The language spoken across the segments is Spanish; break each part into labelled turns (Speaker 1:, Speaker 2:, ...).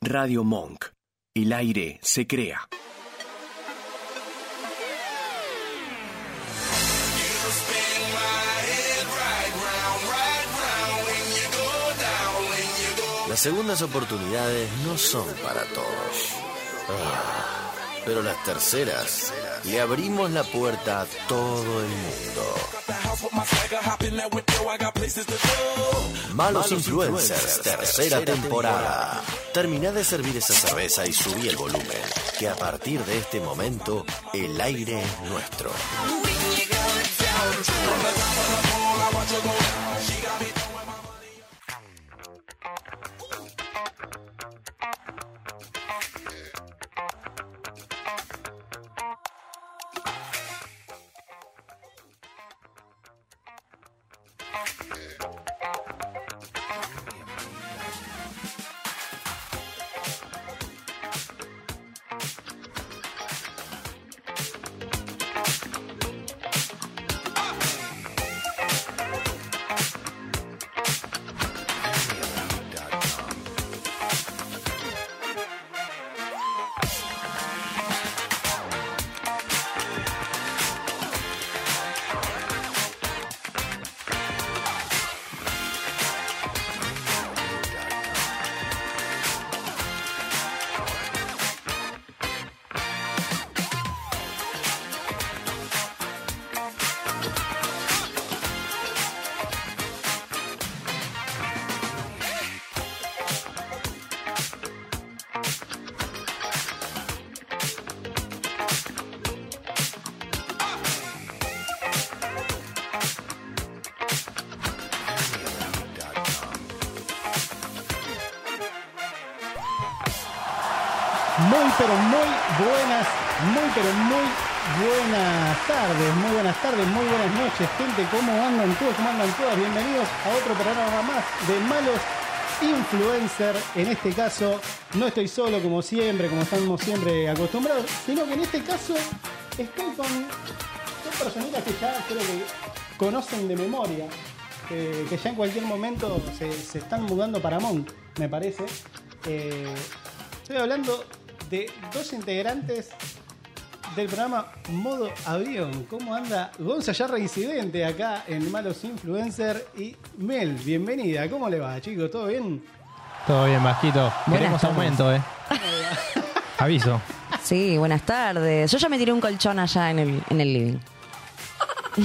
Speaker 1: Radio Monk. El aire se crea.
Speaker 2: Las segundas oportunidades no son para todos. Ah, pero las terceras le abrimos la puerta a todo el mundo. Malos Influencers, tercera temporada. Termina de servir esa cerveza y subí el volumen, que a partir de este momento el aire es nuestro.
Speaker 3: Muy pero muy buenas, muy pero muy buenas tardes, muy buenas tardes, muy buenas noches, gente, ¿cómo andan todos? ¿Cómo andan todas? Bienvenidos a otro programa más de Malos Influencer. En este caso, no estoy solo como siempre, como estamos siempre acostumbrados, sino que en este caso estoy con dos personitas que ya creo que conocen de memoria, eh, que ya en cualquier momento se, se están mudando para Monk, me parece. Eh, Estoy hablando de dos integrantes del programa Modo Avión. ¿Cómo anda Gonza ya reincidente acá en Malos Influencer? Y Mel, bienvenida. ¿Cómo le va, chicos? ¿Todo bien?
Speaker 4: Todo bien, Vasquito. Queremos
Speaker 5: tardes.
Speaker 4: aumento, eh. Aviso.
Speaker 5: Sí, buenas tardes. Yo ya me tiré un colchón allá en el, en el living.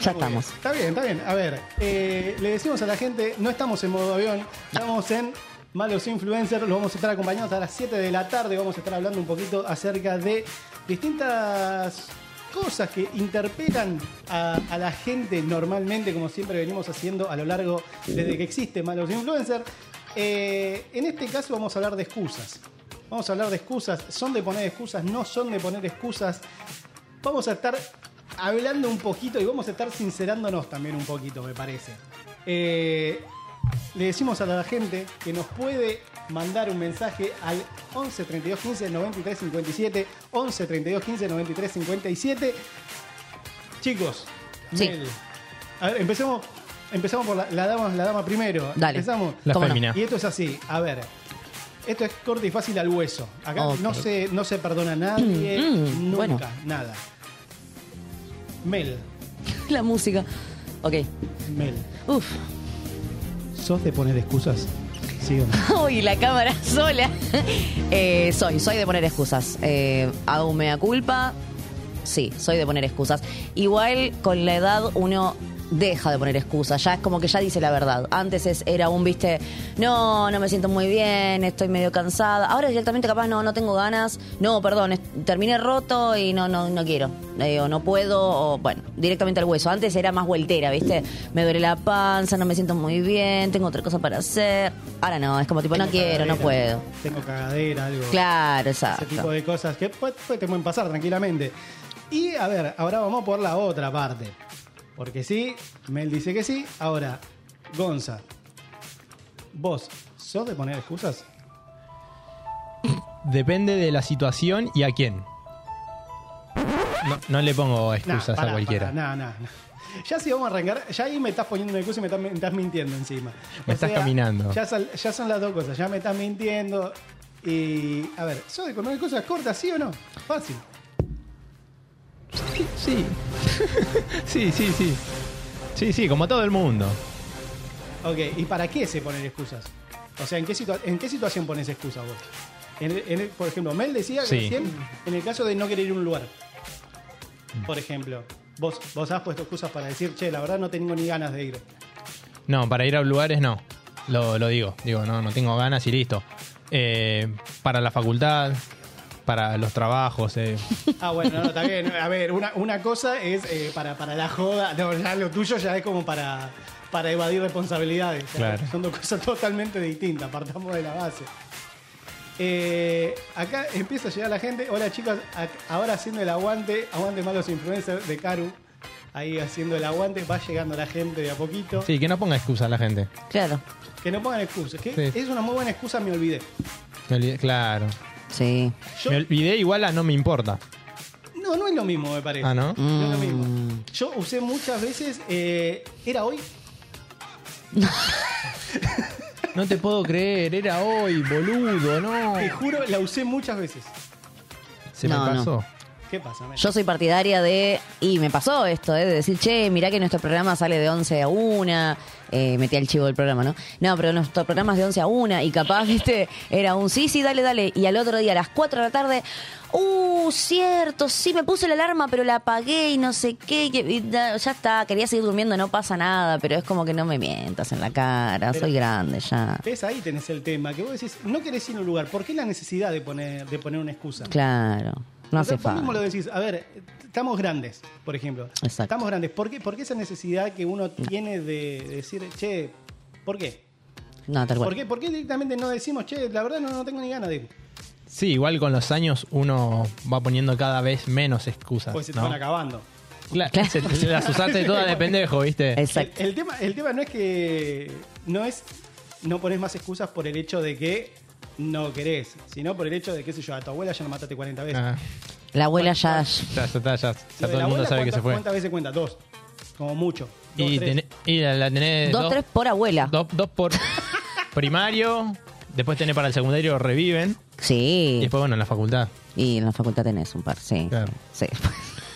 Speaker 5: ya estamos.
Speaker 3: Está bien, está bien. A ver, eh, le decimos a la gente, no estamos en modo avión, estamos en Malos Influencers, los vamos a estar acompañados a las 7 de la tarde, vamos a estar hablando un poquito acerca de distintas cosas que interpelan a, a la gente normalmente, como siempre venimos haciendo a lo largo desde que existe Malos Influencers. Eh, en este caso vamos a hablar de excusas. Vamos a hablar de excusas, son de poner excusas, no son de poner excusas vamos a estar hablando un poquito y vamos a estar sincerándonos también un poquito, me parece. Eh, le decimos a la gente que nos puede mandar un mensaje al 11 32 15 93 57 11 32 15 93 57 Chicos,
Speaker 5: Sí.
Speaker 3: Mel, a ver, empecemos, empezamos por la, la dama, la dama primero.
Speaker 5: Dale.
Speaker 3: Empezamos.
Speaker 4: La
Speaker 5: ¿Cómo no?
Speaker 4: fémina.
Speaker 3: Y esto es así, a ver. Esto es corto y fácil al hueso. Acá
Speaker 5: Ok.
Speaker 3: no, se, no se perdona a nadie,
Speaker 5: Mm,
Speaker 3: nunca,
Speaker 5: bueno.
Speaker 3: nada. Mel,
Speaker 5: La música. Ok.
Speaker 3: Mel,
Speaker 5: Uf.
Speaker 3: ¿sos de poner excusas? Sí o no.
Speaker 5: Uy, la cámara sola. Eh, soy, soy de poner excusas. Eh, hago mea culpa. Sí, soy de poner excusas. Igual con la edad uno deja de poner excusas, ya es como que ya dice la verdad. Antes es- era un, viste, no, no me siento muy bien, estoy medio cansada. Ahora directamente capaz no, no tengo ganas, no, perdón, es- terminé roto y no, no, no quiero, Eh, o no puedo, o bueno, directamente al hueso. Antes era más vueltera, viste, me duele la panza, no me siento muy bien, tengo otra cosa para hacer. Ahora no, es como tipo, no
Speaker 3: Tengo
Speaker 5: quiero, no
Speaker 3: cagadera,
Speaker 5: puedo.
Speaker 3: Tengo cagadera, algo.
Speaker 5: Claro,
Speaker 3: Ese tipo
Speaker 5: exacto.
Speaker 3: de cosas que pu- pu- te pueden pasar tranquilamente. Y a ver, ahora vamos por la otra parte. Porque sí, Mel dice que sí. Ahora, Gonza, vos, ¿sos de poner excusas?
Speaker 4: Depende de la situación y a quién. no, no le pongo excusas
Speaker 3: Nah, pará,
Speaker 4: a cualquiera.
Speaker 3: pará, nah, nah, nah. Ya si vamos a arrancar, ya ahí me estás poniendo una excusa y me estás, me estás mintiendo encima.
Speaker 4: Me estás caminando.
Speaker 3: Ya, sal- ya son las dos cosas, ya me estás mintiendo y... A ver, ¿sos de comer cosas cortas, sí o no? Fácil.
Speaker 4: Sí. sí, sí, sí. Sí, sí, como todo el mundo.
Speaker 3: Ok, ¿y para qué se ponen excusas? O sea, ¿en qué, situa- en qué situación pones excusas vos? En el- en el- por ejemplo, Mel decía
Speaker 4: Sí.
Speaker 3: recién en el caso de no querer ir a un lugar.
Speaker 4: Mm.
Speaker 3: Por ejemplo, vos, vos has puesto excusas para decir, che, la verdad no tengo ni ganas de ir.
Speaker 4: No, para ir a lugares no. Lo, lo digo. Digo, no, no tengo ganas y listo. Eh, para la facultad, para los trabajos. eh.
Speaker 3: Ah, bueno, no, no, está bien. A ver, una, una cosa es eh, para, para la joda. No, ya lo tuyo ya es como para, para evadir responsabilidades. Ya
Speaker 4: Claro.
Speaker 3: Son dos cosas totalmente distintas. Partamos de la base. Eh, acá empieza a llegar la gente. Hola, chicas. a- Ahora haciendo el aguante. Aguante malos influencers de Karu. Ahí haciendo el aguante. Va llegando la gente de a poquito.
Speaker 4: Sí, que no ponga excusas la gente.
Speaker 5: Claro.
Speaker 3: Que no pongan excusas. Que
Speaker 4: Sí.
Speaker 3: es una muy buena excusa, me olvidé.
Speaker 4: Me olvidé- claro.
Speaker 5: Sí.
Speaker 3: Yo-
Speaker 4: Me olvidé igual a no me importa.
Speaker 3: No, no es lo mismo, me parece.
Speaker 4: Ah, ¿no?
Speaker 3: No es lo mismo. Yo usé muchas veces. eh, ¿Era hoy?
Speaker 4: No te puedo creer, era hoy, boludo, no.
Speaker 3: Te juro, la usé muchas veces.
Speaker 4: Se
Speaker 5: No,
Speaker 4: me
Speaker 5: no.
Speaker 4: pasó.
Speaker 3: ¿Qué pasa? Mel?
Speaker 5: Yo soy partidaria de, y me pasó esto, eh, de decir, che, mirá que nuestro programa sale de 11 a 1, eh, metí al chivo el programa, ¿no? No, pero nuestro programa es de 11 a 1 y capaz, viste, era un sí, sí, dale, dale. Y al otro día, a las 4 de la tarde, uh, cierto, sí, me puse la alarma, pero la apagué y no sé qué, que- y da- ya está, quería seguir durmiendo, no pasa nada, pero es como que no me mientas en la cara, soy grande ya.
Speaker 3: ¿Ves? Ahí tenés el tema, que vos decís, no querés ir a un lugar. ¿Por qué la necesidad de poner, de poner una excusa?
Speaker 5: Claro, no
Speaker 3: O sea,
Speaker 5: hace
Speaker 3: vos mismo lo
Speaker 5: falta.
Speaker 3: decís, a ver, estamos grandes, por ejemplo.
Speaker 5: Exacto.
Speaker 3: Estamos grandes. ¿Por qué, ¿Por qué esa necesidad que uno tiene de decir, che, ¿por qué?
Speaker 5: No, tal
Speaker 3: ¿Por
Speaker 5: cual.
Speaker 3: qué, por qué directamente no decimos, che, la verdad no, no tengo ni ganas de ir?
Speaker 4: Sí, igual con los años uno va poniendo cada vez menos excusas.
Speaker 3: Porque se te
Speaker 4: ¿no?
Speaker 3: van acabando.
Speaker 4: Cla- se- las usaste todas de pendejo, ¿viste?
Speaker 5: Exacto.
Speaker 3: El, el tema, el tema no es que no es no pones más excusas por el hecho de que no querés, sino por el hecho de, qué sé yo, a tu abuela ya la mataste 40 veces.
Speaker 4: Ah,
Speaker 5: La abuela ya...
Speaker 4: ya, ya está,
Speaker 3: Lo
Speaker 4: ya, ya
Speaker 3: de
Speaker 4: todo
Speaker 3: la
Speaker 4: el mundo
Speaker 3: abuela,
Speaker 4: sabe que se
Speaker 3: ¿cuántas-
Speaker 4: fue.
Speaker 3: ¿Cuántas veces cuenta? Dos. Como mucho. Dos,
Speaker 4: Y,
Speaker 3: tres.
Speaker 4: tené- y la, la tenés
Speaker 5: Dos, tres por abuela.
Speaker 4: dos- dos por primario, después tenés para el secundario, reviven, y
Speaker 5: Sí.
Speaker 4: después, bueno, en la facultad.
Speaker 5: Y en la facultad tenés un par, sí.
Speaker 4: Claro.
Speaker 5: sí.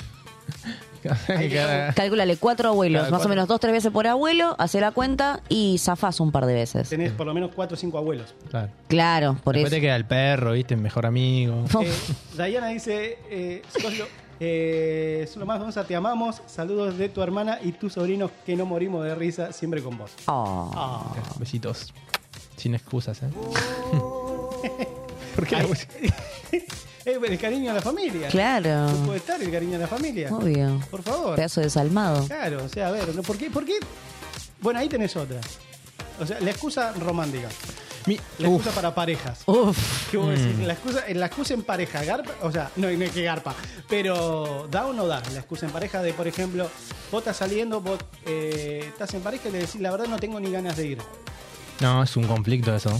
Speaker 5: Ah.
Speaker 4: Cada-
Speaker 5: Calculale cuatro abuelos,
Speaker 4: Claro,
Speaker 5: más
Speaker 4: cuatro.
Speaker 5: o menos dos, tres veces por abuelo, hace la cuenta y zafás un par de veces.
Speaker 3: Tenés por lo menos cuatro o cinco abuelos.
Speaker 4: claro.
Speaker 5: Claro, por
Speaker 4: Después te
Speaker 5: eso.
Speaker 4: queda el perro, ¿viste? El mejor amigo.
Speaker 5: Uf.
Speaker 3: Eh, Dayana dice, eh, sos lo, eh, sos lo más donza, te amamos. Saludos de tu hermana y tus sobrinos que no morimos de risa siempre con vos.
Speaker 5: Oh.
Speaker 3: Ah.
Speaker 4: Besitos. Sin excusas, ¿eh? ¿Por qué la
Speaker 3: Ay.
Speaker 4: música?
Speaker 3: Eh, el cariño a la familia.
Speaker 5: Claro.
Speaker 3: No puede estar el cariño a la familia.
Speaker 5: Obvio.
Speaker 3: Por favor.
Speaker 5: Pedazo desalmado.
Speaker 3: Claro, o sea, a ver, ¿no? ¿por qué? ¿Por qué? Bueno, ahí tenés otra. O sea, la excusa romántica.
Speaker 4: Mi-
Speaker 3: La
Speaker 4: Uf,
Speaker 3: excusa para parejas.
Speaker 5: Uf.
Speaker 3: ¿Qué vos decís?
Speaker 4: Mm.
Speaker 3: La excusa, la excusa en pareja, garpa, o sea, no, no es que garpa, pero da o no da la excusa en pareja de, por ejemplo, vos estás saliendo, vos eh, estás en pareja y le decís, la verdad no tengo ni ganas de ir.
Speaker 4: no, es un conflicto eso.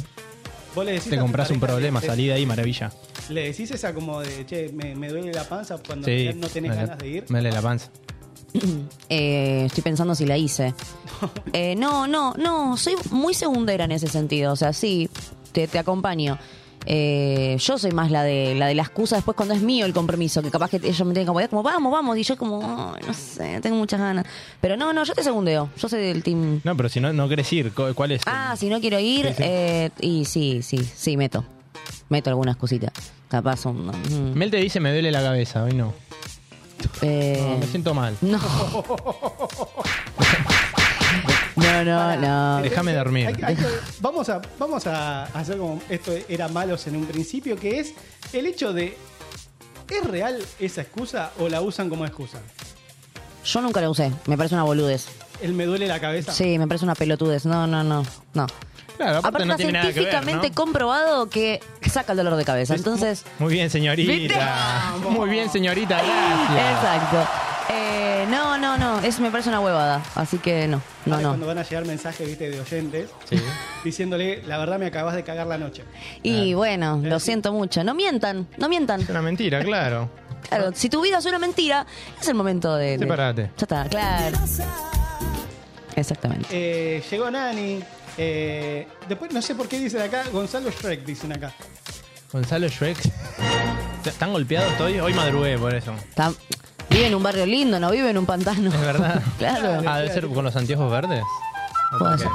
Speaker 3: Vos le decís a
Speaker 4: Te
Speaker 3: tu
Speaker 4: compras un
Speaker 3: pareja,
Speaker 4: problema,
Speaker 3: le-
Speaker 4: salí de ahí, maravilla.
Speaker 3: Le decís esa como de, che, me, me duele la panza cuando
Speaker 4: Sí.
Speaker 3: no tenés
Speaker 4: me-
Speaker 3: ganas de ir.
Speaker 4: Me duele la panza.
Speaker 5: Eh, estoy pensando si la hice. Eh, no, no, no. Soy muy segundera en ese sentido. O sea, sí, te, te acompaño. Eh, yo soy más la de la de la excusa después cuando es mío el compromiso, que capaz que ellos me tienen que acompañar como vamos, vamos, y yo como, "Ay, no sé, tengo muchas ganas. Pero no, no, yo te segundeo, yo soy del team.
Speaker 4: No, pero si no, no querés ir, ¿cu- ¿cuál es?
Speaker 5: Ah, si no quiero ir,
Speaker 4: Sí, sí.
Speaker 5: eh, y sí, sí, sí, meto. Meto algunas cositas. Capaz un. mm,
Speaker 4: Mel te dice me duele la cabeza, hoy no. No,
Speaker 5: eh,
Speaker 4: me siento mal.
Speaker 5: no. No, no, no.
Speaker 4: Déjame dormir.
Speaker 3: Ah, Hay- hay que- vamos, a, vamos a hacer como esto era malos en un principio, que es el hecho de, ¿es real esa excusa o la usan como excusa?
Speaker 5: Yo nunca la usé. Me parece una boludez.
Speaker 3: El me duele la cabeza.
Speaker 5: Sí, me parece una pelotudez. No, no, no. no.
Speaker 4: Claro, aparte,
Speaker 5: Aparte,
Speaker 4: no
Speaker 5: está
Speaker 4: tiene nada que ver,
Speaker 5: científicamente
Speaker 4: ¿no?
Speaker 5: comprobado que saca el dolor de cabeza. Entonces.
Speaker 4: Muy bien,
Speaker 5: ¿Viste?
Speaker 4: señorita.
Speaker 5: Vamos.
Speaker 4: Muy bien, señorita, gracias.
Speaker 5: Exacto. Eh, no, no, no. Es, me parece una huevada. Así que no. No,
Speaker 3: Ahora Cuando
Speaker 5: no.
Speaker 3: van a llegar mensajes, viste, de oyentes,
Speaker 4: Sí.
Speaker 3: diciéndole, la verdad me acabas de cagar la noche.
Speaker 4: Ah. Eh,
Speaker 5: Y bueno, lo siento mucho. No mientan, no mientan.
Speaker 4: Es una mentira, claro.
Speaker 5: Claro, si tu vida es una mentira, es el momento de. de-
Speaker 4: Sepárate.
Speaker 5: Ya está, claro. Exactamente.
Speaker 3: Eh, llegó Nani. eh, después no sé por qué dicen acá, Gonzalo Shrek dicen acá.
Speaker 4: Gonzalo Shrek. ¿Están golpeados estoy? Hoy madrugué por eso.
Speaker 5: Está- vive en un barrio lindo, no vive en un pantano.
Speaker 4: Es verdad.
Speaker 5: claro.
Speaker 4: Ah, debe ser con los anteojos verdes.
Speaker 5: Puede ser.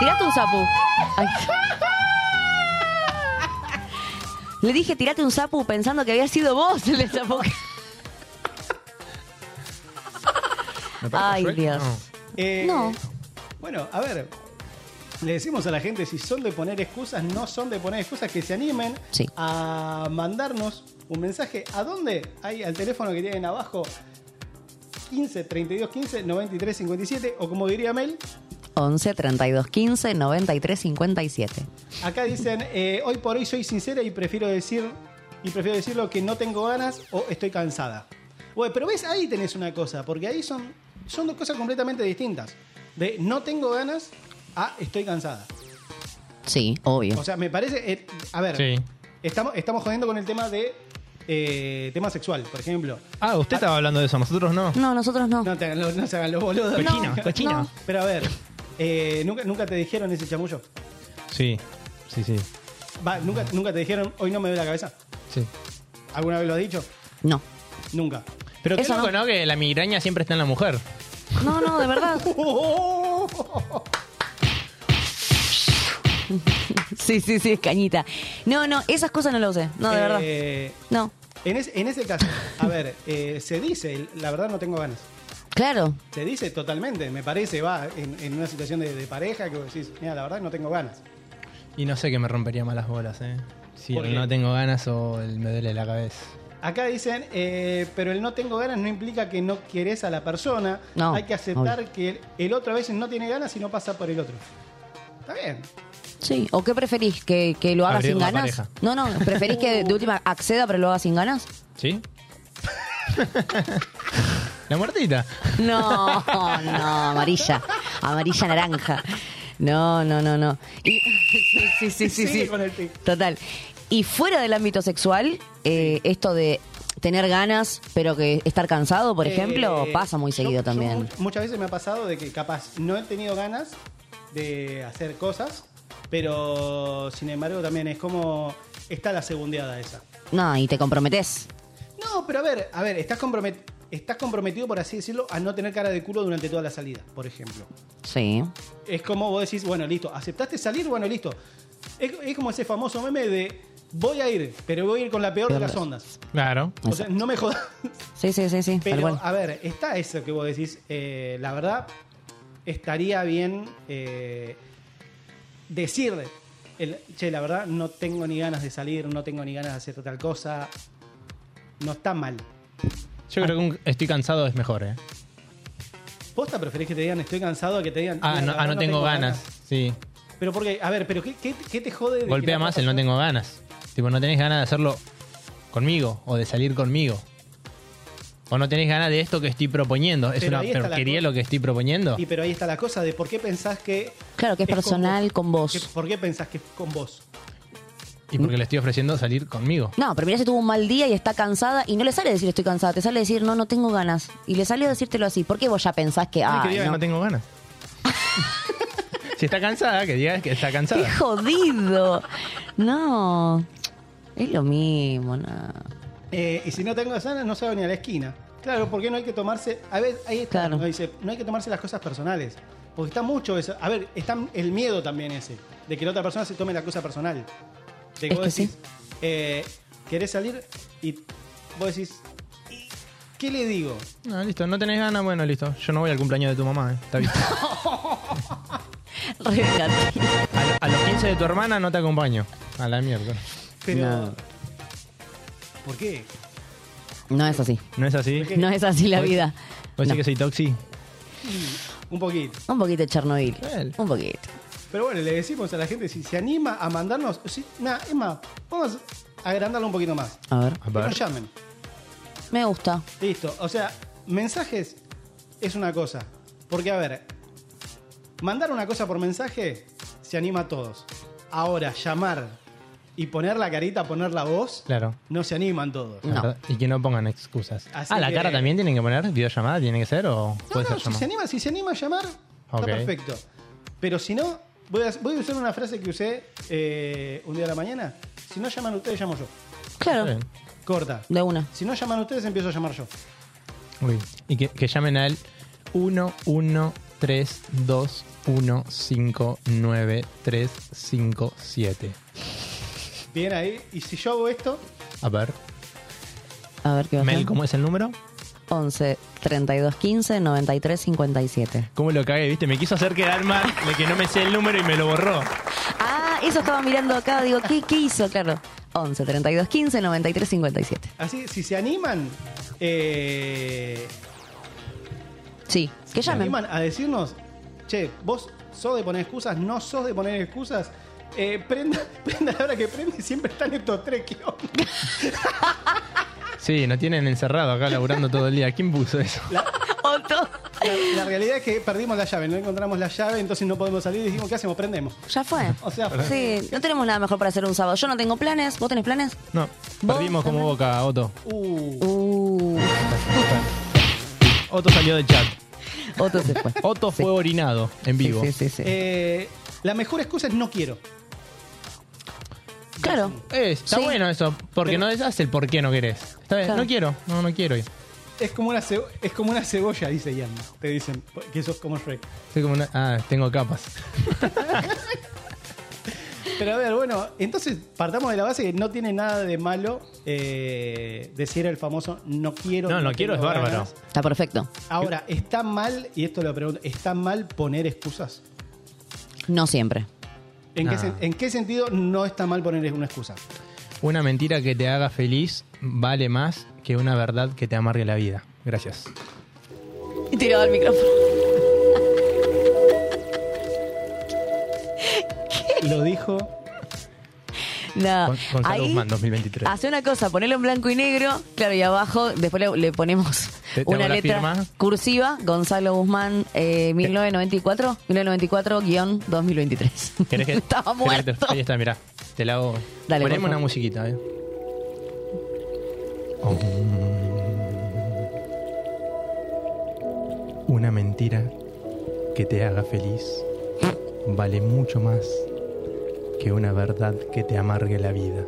Speaker 5: Tirate un sapu. Ay. Le dije, tirate un sapu pensando que había sido vos el sapu.
Speaker 4: ¿Me parece
Speaker 5: Ay,
Speaker 4: Shrek?
Speaker 5: Dios.
Speaker 4: No.
Speaker 3: Eh,
Speaker 5: No.
Speaker 3: Bueno, a ver. Le decimos a la gente si son de poner excusas, no son de poner excusas, que se animen
Speaker 5: Sí.
Speaker 3: a mandarnos un mensaje. ¿A dónde? Ahí al teléfono que tienen abajo. 15 32 15 93 57 o como diría Mel,
Speaker 5: 11 32 15 93 57.
Speaker 3: acá dicen eh, hoy por hoy soy sincera y prefiero decir y prefiero decirlo que no tengo ganas o estoy cansada. Bueno, pero ves ahí tenés una cosa, porque ahí son son dos cosas completamente distintas. De no tengo ganas a estoy cansada.
Speaker 5: Sí, obvio.
Speaker 3: O sea, me parece. eh, a ver,
Speaker 4: Sí.
Speaker 3: estamos, estamos jodiendo con el tema de. eh, tema sexual, por ejemplo.
Speaker 4: Ah, usted estaba hablando de eso, nosotros no.
Speaker 5: No, nosotros no.
Speaker 3: No, te hagan lo- no se hagan los boludos.
Speaker 4: Cochino,
Speaker 5: No,
Speaker 4: cochino.
Speaker 5: no.
Speaker 3: Pero a ver, eh, ¿nunca, nunca te dijeron ese chamullo.
Speaker 4: Sí, sí, sí.
Speaker 3: Va, ¿nunca, nunca te dijeron, hoy no me duele la cabeza.
Speaker 4: sí.
Speaker 3: ¿Alguna vez lo has dicho?
Speaker 5: No.
Speaker 3: Nunca.
Speaker 4: Pero qué
Speaker 5: Eso
Speaker 4: loco,
Speaker 5: no.
Speaker 4: no. Que la migraña siempre está en la mujer.
Speaker 5: No, no, de verdad. Sí, sí, sí, es cañita. No, no, esas cosas no las usé. No, de verdad.
Speaker 3: Eh,
Speaker 5: No.
Speaker 3: en, es- en ese caso, a ver, eh, se dice, la verdad no tengo ganas.
Speaker 5: Claro.
Speaker 3: Se dice totalmente, me parece, va, en, en una situación de, de pareja que vos decís, mira, la verdad no tengo ganas.
Speaker 4: Y no sé qué me rompería más las bolas, ¿eh? Si
Speaker 3: ¿Por
Speaker 4: el
Speaker 3: qué?
Speaker 4: no tengo ganas o el me duele la cabeza.
Speaker 3: Acá dicen, eh, pero el no tengo ganas no implica que no querés a la persona.
Speaker 5: No,
Speaker 3: Hay que aceptar
Speaker 5: obvio.
Speaker 3: que el, el otro a veces no tiene ganas y no pasa por el otro. Está bien.
Speaker 5: Sí. ¿O qué preferís? ¿Que, que lo haga
Speaker 4: Abrir
Speaker 5: sin
Speaker 4: la
Speaker 5: ganas?
Speaker 4: pareja.
Speaker 5: No, no. ¿Preferís que de última acceda pero lo haga sin ganas?
Speaker 4: ¿Sí? la muertita.
Speaker 5: No, no, amarilla. Amarilla naranja. No, no, no, no. Y- sí, sí, sí, sí,
Speaker 3: Sigue
Speaker 5: sí.
Speaker 3: con el tic.
Speaker 5: Total. Y fuera del ámbito sexual, eh, esto de tener ganas, pero que estar cansado, por ejemplo,
Speaker 3: Eh,
Speaker 5: pasa muy
Speaker 3: yo-
Speaker 5: seguido
Speaker 3: yo
Speaker 5: también.
Speaker 3: mu- muchas veces me ha pasado de que capaz no he tenido ganas de hacer cosas, pero sin embargo también es como está la segundeada esa.
Speaker 5: No, y te comprometes.
Speaker 3: No, pero a ver, a ver, estás compromet- Estás comprometido, por así decirlo, a no tener cara de culo durante toda la salida, por ejemplo.
Speaker 5: Sí.
Speaker 3: Es como vos decís, bueno, listo, aceptaste salir, bueno, listo. Es, es como ese famoso meme de voy a ir, pero voy a ir con la peor de las ondas.
Speaker 4: Claro.
Speaker 3: O sea, no me jodas.
Speaker 5: Sí, sí, sí, sí. tal
Speaker 3: Pero,
Speaker 5: cual.
Speaker 3: a ver, está eso que vos decís. eh, la verdad, estaría bien eh, decir, el, che, la verdad, no tengo ni ganas de salir, no tengo ni ganas de hacer tal cosa. No está mal.
Speaker 4: Yo creo que un estoy cansado es mejor, ¿eh?
Speaker 3: ¿Posta preferís que te digan estoy cansado a que te digan
Speaker 4: Ah,
Speaker 3: "Mira,
Speaker 4: no,
Speaker 3: la
Speaker 4: ah,
Speaker 3: verdad
Speaker 4: no tengo ganas. Sí.
Speaker 3: Pero porque, a ver, pero ¿qué, qué- qué te jode? de que
Speaker 4: Golpea
Speaker 3: la
Speaker 4: más
Speaker 3: otra
Speaker 4: el no
Speaker 3: persona-
Speaker 4: tengo ganas. Tipo, no tenés ganas de hacerlo conmigo o de salir conmigo. O no tenés ganas de esto que estoy proponiendo. Es
Speaker 3: Pero
Speaker 4: una
Speaker 3: ahí está la
Speaker 4: porquería
Speaker 3: cosa.
Speaker 4: lo que estoy proponiendo.
Speaker 3: Y pero ahí está la cosa de por qué pensás que.
Speaker 5: Claro, que es
Speaker 3: con
Speaker 5: personal con vos.
Speaker 3: Que- ¿Por qué pensás que es con vos?
Speaker 4: Y porque le estoy ofreciendo salir conmigo.
Speaker 5: No, pero mirá si tuvo un mal día y está cansada y no le sale decir estoy cansada, te sale decir no, no tengo ganas. Y le sale decírtelo así. ¿Por qué vos ya pensás que,
Speaker 4: Ay,
Speaker 5: ah,
Speaker 4: que diga que no tengo ganas. si está cansada, que diga que está
Speaker 5: ¡Qué
Speaker 4: cansada.
Speaker 5: jodido! No. Es lo mismo, no.
Speaker 3: Eh, y si no tengo ganas, no salgo ni a la esquina. Claro, porque no hay que tomarse. A ver, ahí está.
Speaker 5: Claro.
Speaker 3: nos dice, no hay que tomarse las cosas personales. Porque está mucho eso. A ver, está el miedo también ese. De que la otra persona se tome la cosa personal. De
Speaker 5: Es que sí.
Speaker 3: eh, querés salir y vos decís, "¿Y ¿qué le digo?
Speaker 4: No, listo, no tenés ganas, bueno, listo. Yo no voy al cumpleaños de tu mamá, ¿eh? Está bien.
Speaker 5: Rescate.
Speaker 4: A, lo- a los 15 de tu hermana no te acompaño. A la mierda.
Speaker 3: Pero.
Speaker 5: No.
Speaker 3: ¿Por qué?
Speaker 5: No es así.
Speaker 4: ¿No es así? ¿Vos
Speaker 5: No es así la vida.
Speaker 4: decís
Speaker 5: No.
Speaker 4: que soy toxi?
Speaker 3: Un poquito.
Speaker 5: Un poquito de Chernobyl.
Speaker 4: Bueno.
Speaker 5: Un poquito.
Speaker 3: Pero bueno, le decimos a la gente si se anima a mandarnos. Si, nada, es más, vamos a agrandarlo un poquito más.
Speaker 5: A ver.
Speaker 4: A
Speaker 3: Que
Speaker 4: ver.
Speaker 3: nos llamen.
Speaker 5: Me gusta.
Speaker 3: Listo. O sea, mensajes es una cosa. Porque, a ver, mandar una cosa por mensaje se anima a todos. Ahora, llamar y poner la carita, poner la voz,
Speaker 4: Claro.
Speaker 3: no se animan todos.
Speaker 5: No.
Speaker 4: Y que no pongan excusas.
Speaker 3: Así
Speaker 4: ah, la
Speaker 3: que-
Speaker 4: cara también tienen que poner, videollamada tiene que ser
Speaker 3: No,
Speaker 4: o puede
Speaker 3: no,
Speaker 4: ser
Speaker 3: si se
Speaker 4: llamada.
Speaker 3: anima, si se anima a llamar,
Speaker 4: Ok.
Speaker 3: está perfecto. Pero si no, voy a, voy a usar una frase que usé eh, un día de la mañana. Si no llaman ustedes, llamo yo.
Speaker 4: Está
Speaker 5: Claro,
Speaker 4: bien.
Speaker 3: Corta.
Speaker 5: de una.
Speaker 3: Si no llaman ustedes, empiezo a llamar yo.
Speaker 4: Uy, Y que, que llamen al 1132159357.
Speaker 3: Bien ahí. Y si yo hago esto,
Speaker 4: A ver,
Speaker 5: A ver qué va a
Speaker 4: Mel,
Speaker 5: ser.
Speaker 4: ¿cómo es el número?
Speaker 5: 11 32 15 93 57.
Speaker 4: ¿Cómo lo cagué? ¿Viste? Me quiso hacer quedar mal de que no me sé el número y me lo borró.
Speaker 5: Ah, eso estaba mirando acá, digo, ¿qué, qué hizo? Claro. 11 32 15 93 57.
Speaker 3: así, si se animan, eh,
Speaker 5: Sí,
Speaker 3: se
Speaker 5: que llamen.
Speaker 3: animan a decirnos, che, vos sos de poner excusas, no sos de poner excusas. Eh, prenda, prenda la hora que prende, siempre están estos tres que
Speaker 4: Sí, nos tienen encerrado acá laburando todo el día. ¿Quién puso eso?
Speaker 5: Otto.
Speaker 3: La, la realidad es que perdimos la llave, no encontramos la llave, entonces no podemos salir y dijimos, ¿qué hacemos? Prendemos.
Speaker 5: Ya fue.
Speaker 3: O sea,
Speaker 5: Sí, no tenemos nada mejor para hacer un sábado. Yo no tengo planes. ¿Vos tenés planes?
Speaker 4: No,
Speaker 5: ¿Vos
Speaker 4: perdimos como
Speaker 5: también?
Speaker 4: boca, Otto.
Speaker 3: uh,
Speaker 5: Uh,
Speaker 4: Otto salió del chat.
Speaker 5: Otto se fue.
Speaker 4: Otto fue orinado en vivo.
Speaker 5: Sí, sí, sí. sí.
Speaker 3: eh, la mejor excusa es no quiero.
Speaker 5: claro.
Speaker 4: Eh, está
Speaker 5: Sí.
Speaker 4: bueno eso, porque
Speaker 3: Pero-
Speaker 4: no deshace el por qué no querés. Está bien,
Speaker 5: Claro.
Speaker 4: no quiero, no, no quiero ir.
Speaker 3: Es como una, cebo- es como una cebolla, dice Ian. Te dicen que sos como Shrek.
Speaker 4: Soy como una- Ah, tengo capas.
Speaker 3: Pero a ver, bueno, entonces partamos de la base que no tiene nada de malo eh, decir el famoso no quiero.
Speaker 4: No, no quiero es
Speaker 3: tengo
Speaker 4: bárbaro.
Speaker 3: ganas".
Speaker 5: Está perfecto.
Speaker 3: Ahora, ¿está mal, y esto lo pregunto, ¿está mal poner excusas?
Speaker 5: No siempre.
Speaker 3: ¿En, qué,
Speaker 4: No.
Speaker 3: sen- ¿En qué sentido no está mal poner una excusa?
Speaker 4: Una mentira que te haga feliz vale más que una verdad que te amargue la vida. Gracias.
Speaker 5: Y tirado el micrófono.
Speaker 3: Lo dijo.
Speaker 5: No.
Speaker 4: Gon- Gonzalo
Speaker 5: Ahí,
Speaker 4: Guzmán, 2023.
Speaker 5: Hace una cosa, ponelo en blanco y negro, claro, y abajo después le, le ponemos
Speaker 4: Te- te
Speaker 5: una
Speaker 4: hago la
Speaker 5: letra
Speaker 4: firma.
Speaker 5: cursiva, Gonzalo Guzmán, eh, 1994, 1994-2023.
Speaker 4: ¿Querés que-
Speaker 5: Estaba
Speaker 4: querés que te-
Speaker 5: muerto.
Speaker 4: Ahí está, mirá. Te la hago.
Speaker 5: Dale,
Speaker 4: Ponemos
Speaker 5: por favor.
Speaker 4: una musiquita, eh. Oh. Una mentira que te haga feliz vale mucho más que una verdad que te amargue la vida.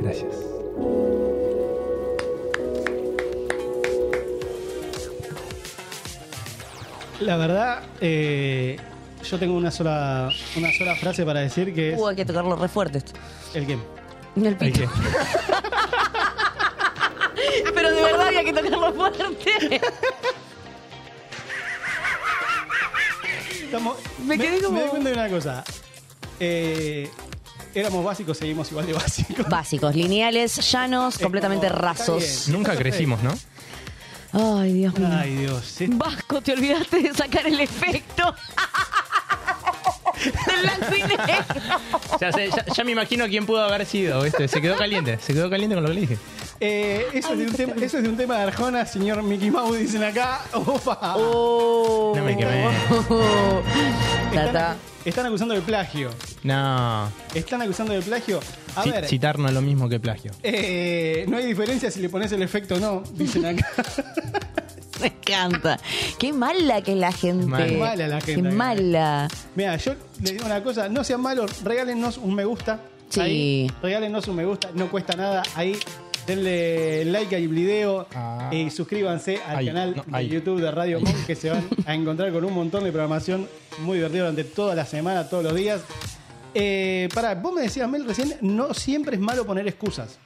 Speaker 4: Gracias.
Speaker 3: La verdad, eh, yo tengo una sola, una sola frase para decir que es
Speaker 5: Hubo que tocarlo re fuerte esto.
Speaker 3: el game.
Speaker 5: En el
Speaker 4: Hay
Speaker 5: pito.
Speaker 4: que-
Speaker 5: Pero de verdad había que tocarlo fuerte.
Speaker 3: Estamos-
Speaker 5: Me quedé como-
Speaker 3: me doy cuenta de una cosa. Eh, éramos básicos, seguimos igual de básicos.
Speaker 5: Básicos, lineales, llanos,
Speaker 4: Eh,
Speaker 3: Es
Speaker 5: completamente
Speaker 3: como,
Speaker 5: rasos.
Speaker 3: está
Speaker 4: Nunca crecimos, ¿no?
Speaker 5: Ay, Dios mío.
Speaker 3: Ay, Dios. esto-
Speaker 5: Vasco, te olvidaste de sacar el efecto. Del blanco y negro.
Speaker 4: Ya, sé- ya- ya me imagino quién pudo haber sido. ¿viste? Se quedó caliente. Se quedó caliente con lo que le dije.
Speaker 3: Eh, eso, es de un tema, eso es de un tema de Arjona, señor Mickey Mouse, dicen acá. Opa.
Speaker 5: Oh.
Speaker 4: No me quemé.
Speaker 5: Ya
Speaker 3: Están,
Speaker 5: está.
Speaker 3: están acusando de plagio.
Speaker 4: No.
Speaker 3: Están acusando de plagio. A
Speaker 4: Ci-
Speaker 3: ver,
Speaker 4: Citar no es lo mismo que plagio.
Speaker 3: eh, no hay diferencia si le pones el efecto o no, dicen acá.
Speaker 5: Me encanta. Qué mala que es la gente.
Speaker 4: Mala. Qué
Speaker 3: mala la gente.
Speaker 5: Qué mala.
Speaker 3: Mira, yo les digo una cosa, no sean malos, regálenos un me gusta.
Speaker 5: Sí.
Speaker 3: Ahí, regálenos un me gusta, no cuesta nada. Ahí denle like al video
Speaker 4: Ah.
Speaker 3: y suscríbanse al
Speaker 4: Ahí,
Speaker 3: canal
Speaker 4: no,
Speaker 3: de
Speaker 4: ahí.
Speaker 3: YouTube de Radio Monk que se van a encontrar con un montón de programación muy divertida durante toda la semana, todos los días. Eh, pará, vos me decías, Mel, recién, no siempre es malo poner excusas.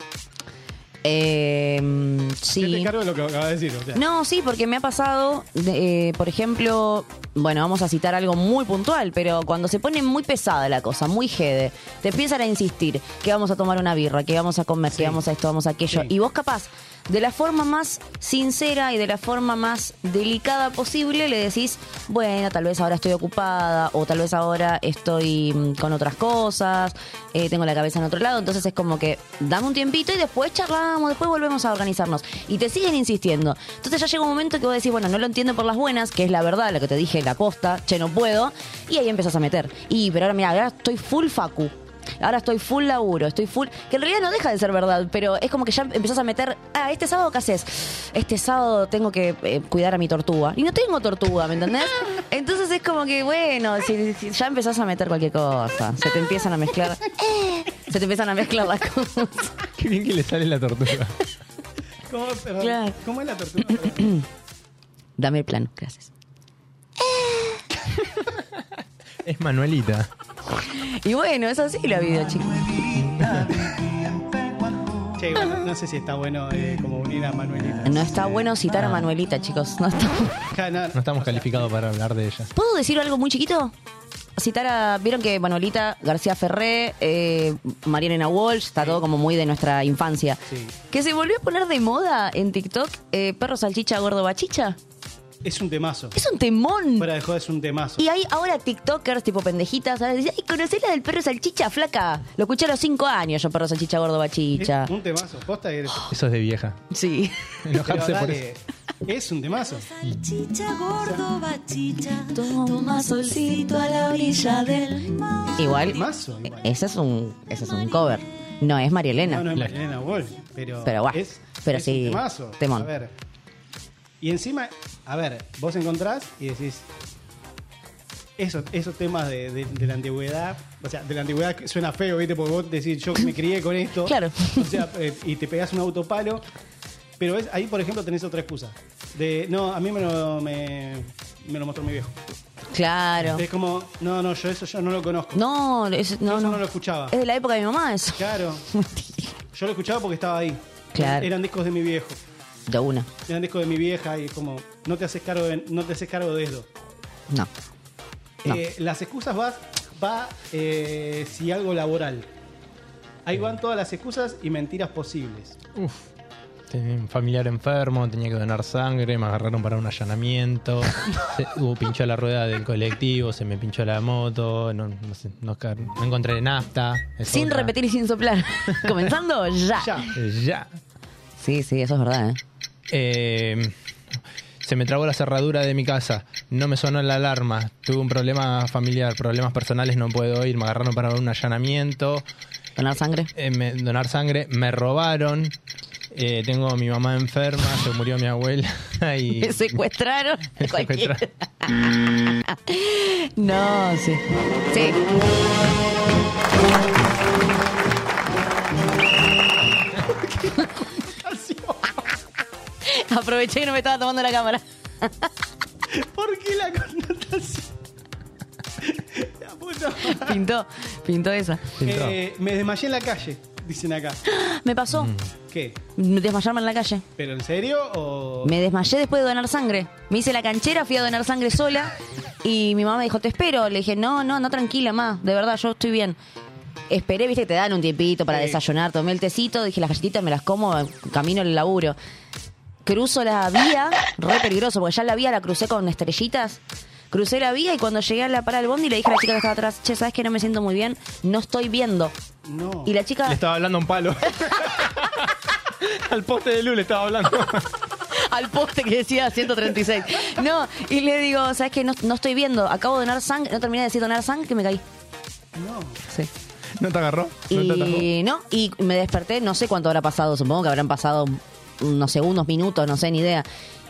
Speaker 5: Eh,
Speaker 3: Yo te
Speaker 5: sí.
Speaker 3: encargo de lo que acabas de decir. o sea.
Speaker 5: No, sí, porque me ha pasado, de, eh, por ejemplo, bueno, vamos a citar algo muy puntual, pero cuando se pone muy pesada la cosa, muy jede, te empiezan a insistir que vamos a tomar una birra, que vamos a comer, que vamos a esto, vamos a aquello.
Speaker 3: Sí.
Speaker 5: Y vos capaz, de la forma más sincera y de la forma más delicada posible, le decís, bueno, tal vez ahora estoy ocupada o tal vez ahora estoy mm, con otras cosas, eh, tengo la cabeza en otro lado. Entonces es como que dame un tiempito y después charlamos, después volvemos a organizarnos. Y te siguen insistiendo. Entonces ya llega un momento que vos decís, bueno, no lo entiendo por las buenas, que es la verdad, lo que te dije, la posta, che, no puedo. Y ahí empezás a meter. Y, pero ahora mira, ahora estoy full facu. ahora estoy full laburo, estoy full. Que en realidad no deja de ser verdad, pero es como que ya empezás a meter. Ah, este sábado, ¿qué haces? Este sábado tengo que eh, cuidar a mi tortuga. Y no tengo tortuga, ¿me entendés? Entonces es como que, bueno, si, si ya empezás a meter cualquier cosa. Se te empiezan a mezclar. Se te empiezan a mezclar las cosas.
Speaker 4: Qué bien que le sale la tortuga.
Speaker 3: ¿Cómo, perdón,
Speaker 5: Claro.
Speaker 3: ¿Cómo es la tortuga? Perdón.
Speaker 5: Dame el plano, gracias.
Speaker 4: Es Manuelita.
Speaker 5: Y bueno, es así la vida, chicos.
Speaker 3: Che, igual, no sé si está bueno eh, como unir a Manuelita.
Speaker 5: No está bueno citar a Manuelita, chicos. No está bueno.
Speaker 3: Ja, no,
Speaker 4: No estamos calificados para hablar de ella.
Speaker 5: ¿Puedo decir algo muy chiquito? Citar a. Vieron que Manuelita García Ferré, eh, Mariana Walsh, está todo como muy de nuestra infancia.
Speaker 3: Sí.
Speaker 5: Que se volvió a poner de moda en TikTok eh, Perro Salchicha Gordo Bachicha.
Speaker 3: Es un temazo.
Speaker 5: Es un temón.
Speaker 3: Fuera de joda es un temazo.
Speaker 5: Y hay ahora TikTokers tipo pendejitas, ¿sabes? Dicen, ay, conocés la del perro salchicha, flaca. Lo escuché a los cinco años yo, perro salchicha, gordo
Speaker 3: Es
Speaker 5: bachicha.
Speaker 3: un temazo. Posta que eres.
Speaker 4: Eso es de vieja.
Speaker 5: Sí.
Speaker 3: Pero
Speaker 4: Ah, Enojarse por
Speaker 3: dale,
Speaker 4: eso.
Speaker 3: Es un temazo.
Speaker 6: Salchicha, gordo, bachicha,
Speaker 5: Toma
Speaker 6: solcito a la orilla del mar.
Speaker 5: Igual,
Speaker 3: Temazo, igual.
Speaker 5: ese es un, ese es un cover. No es María Elena.
Speaker 3: No, no es Mariana Wolf, pero,
Speaker 5: Pero guau,
Speaker 3: es,
Speaker 5: pero
Speaker 3: es
Speaker 5: sí,
Speaker 3: un temazo.
Speaker 5: temón.
Speaker 3: A ver. Y encima, a ver, vos encontrás y decís esos, esos temas de, de- de la antigüedad, o sea, de la antigüedad que suena feo, ¿viste? Porque vos decís, yo me crié con esto.
Speaker 5: Claro.
Speaker 3: O sea, eh, y te pegás un autopalo. Pero es, ahí, por ejemplo, tenés otra excusa. De, no, a mí me lo, me, me lo mostró mi viejo.
Speaker 5: Claro.
Speaker 3: Es como, no, no, yo eso yo no lo conozco.
Speaker 5: No, es-
Speaker 3: Yo
Speaker 5: no,
Speaker 3: eso
Speaker 5: no.
Speaker 3: no lo escuchaba.
Speaker 5: Es de la época de mi mamá eso.
Speaker 3: Claro. Yo lo escuchaba porque estaba ahí.
Speaker 5: Claro.
Speaker 3: Eran discos de mi viejo.
Speaker 5: De una.
Speaker 3: Eran discos de mi vieja y es como, no te haces cargo de, no te haces cargo de eso.
Speaker 5: No. No.
Speaker 3: Eh, las excusas vas, va eh, si algo laboral. Ahí van todas las excusas y mentiras posibles.
Speaker 4: Uf. Tenía un familiar enfermo, tenía que donar sangre, me agarraron para un allanamiento. se, hubo pinchó la rueda del colectivo, se me pinchó la moto, no, no sé, no, ca- no encontré nafta. es
Speaker 5: Sin
Speaker 4: otra.
Speaker 5: repetir y sin soplar. Comenzando ya.
Speaker 3: Ya.
Speaker 4: Eh, Ya.
Speaker 5: Sí, sí, eso es verdad, ¿eh?
Speaker 4: Eh, se me trabó la cerradura de mi casa, no me sonó la alarma, tuve un problema familiar, problemas personales, no puedo ir, me agarraron para un allanamiento,
Speaker 5: Donar sangre.
Speaker 4: eh, me- donar sangre, me robaron, eh, tengo a mi mamá enferma, se murió mi abuela y...
Speaker 5: Me secuestraron.
Speaker 4: me
Speaker 5: Cualquiera.
Speaker 4: secuestraron.
Speaker 5: No, sí. Sí. Aproveché que no me estaba tomando la cámara.
Speaker 3: ¿Por qué la connotación? La puta madre.
Speaker 5: Pintó, pintó esa.
Speaker 4: Pintó.
Speaker 3: Eh, me desmayé en la calle, dicen acá.
Speaker 5: Me pasó
Speaker 3: ¿Qué?
Speaker 5: desmayarme en la calle.
Speaker 3: ¿Pero en serio o...?
Speaker 5: Me desmayé después de donar sangre. Me hice la canchera, fui a donar sangre sola y mi mamá me dijo, te espero. Le dije, no, no, no, tranquila, ma, de verdad, yo estoy bien. Esperé, viste, que te dan un tiempito para
Speaker 3: Sí.
Speaker 5: desayunar, tomé el tecito, dije, las galletitas me las como, camino al laburo. Cruzo la vía, re peligroso, porque ya la vía la crucé con estrellitas. Crucé la vía y cuando llegué a la parada del bondi le dije a la chica que estaba atrás, che, ¿sabes que no me siento muy bien? No estoy viendo.
Speaker 3: No.
Speaker 5: Y la chica...
Speaker 4: Le estaba hablando a un palo. Al poste de luz le estaba hablando.
Speaker 5: al poste que decía 136. No, y le digo, ¿sabes qué? No, no estoy viendo, acabo de donar sangre, no terminé de decir donar sangre que me caí.
Speaker 3: No.
Speaker 5: Sí.
Speaker 4: ¿No te agarró? ¿No te atajó?
Speaker 5: Y no, y me desperté, no sé cuánto habrá pasado, supongo que habrán pasado unos segundos, minutos, no sé, ni idea.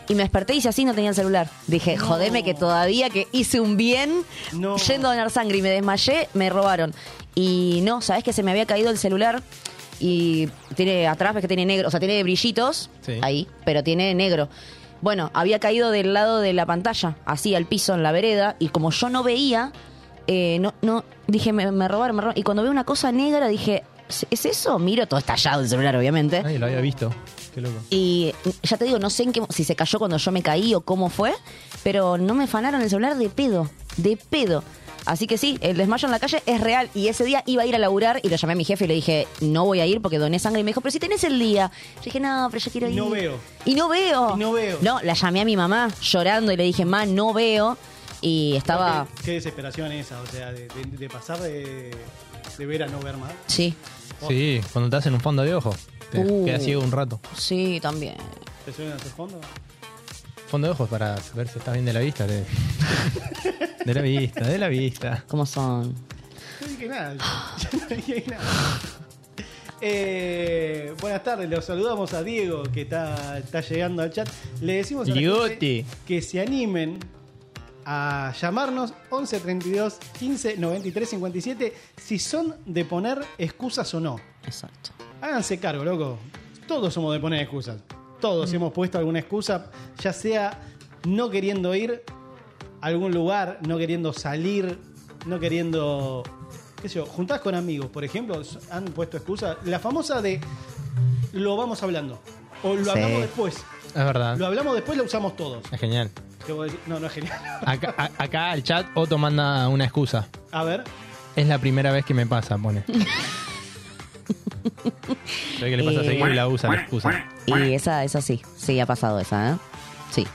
Speaker 5: Y me desperté y si así no tenía el celular. Dije, jodeme que todavía que hice un bien
Speaker 3: No.
Speaker 5: yendo a donar sangre y me desmayé, me robaron. Y no, ¿sabes que se me había caído el celular? Y tiene atrás, ves que tiene negro, o sea, tiene brillitos
Speaker 4: Sí.
Speaker 5: ahí, pero tiene negro. Bueno, había caído del lado de la pantalla, así al piso, en la vereda, y como yo no veía, eh, no, no, dije, me, me robaron, me robaron. Y cuando veo una cosa negra, dije, "¿Es- ¿es eso? Miro todo estallado el celular, obviamente.
Speaker 4: Nadie lo había visto. Qué loco.
Speaker 5: Y ya te digo, no sé en qué, mo- si se cayó cuando yo me caí o cómo fue, pero no me fanaron el celular de pedo, de pedo. Así que sí, el desmayo en la calle es real. Y ese día iba a ir a laburar y lo llamé a mi jefe y le dije, no voy a ir porque doné sangre. Y me dijo, pero si tenés el día. Yo dije, no, pero yo quiero ir.
Speaker 3: No veo.
Speaker 5: Y no veo.
Speaker 3: Y no veo.
Speaker 5: No, la llamé a mi mamá llorando y le dije, ma, no veo. Y estaba...
Speaker 3: Qué, qué desesperación esa, o sea, de, de- de pasar de, de ver a no ver más.
Speaker 5: Sí,
Speaker 4: Sí, cuando te hacen un fondo de ojo. Te
Speaker 5: Uh.
Speaker 4: quedas ciego un rato.
Speaker 5: sí, también.
Speaker 3: ¿Te suena hacia el fondo?
Speaker 4: Fondo de ojos para ver si estás bien de la vista. te- De la vista, de la vista.
Speaker 5: ¿Cómo son?
Speaker 3: no dije nada. Yo, yo no dije nada. Eh, buenas tardes, los saludamos a Diego que está, está llegando al chat. Le decimos a la gente
Speaker 4: Diegote.
Speaker 3: que se animen a llamarnos 11 32 15 93 57 si son de poner excusas o no.
Speaker 5: Exacto.
Speaker 3: Háganse cargo, loco. Todos somos de poner excusas. Todos hemos puesto alguna excusa, ya sea no queriendo ir a algún lugar, no queriendo salir, no queriendo. ¿Qué sé yo? Juntás con amigos, por ejemplo, s- han puesto excusa. La famosa de lo vamos hablando. O lo
Speaker 5: Sí.
Speaker 3: hablamos después.
Speaker 4: Es verdad.
Speaker 3: Lo hablamos después, lo usamos todos.
Speaker 4: Es genial.
Speaker 3: Que vos decís, No, no es genial.
Speaker 4: Acá, a- acá al chat Otto manda una excusa.
Speaker 3: A ver.
Speaker 4: Es la primera vez que me pasa, pone. Ve que le pasa
Speaker 5: Eh.
Speaker 4: seguido y la usa la excusa.
Speaker 5: Y esa, esa sí, sí, ha pasado esa, ¿eh? Sí.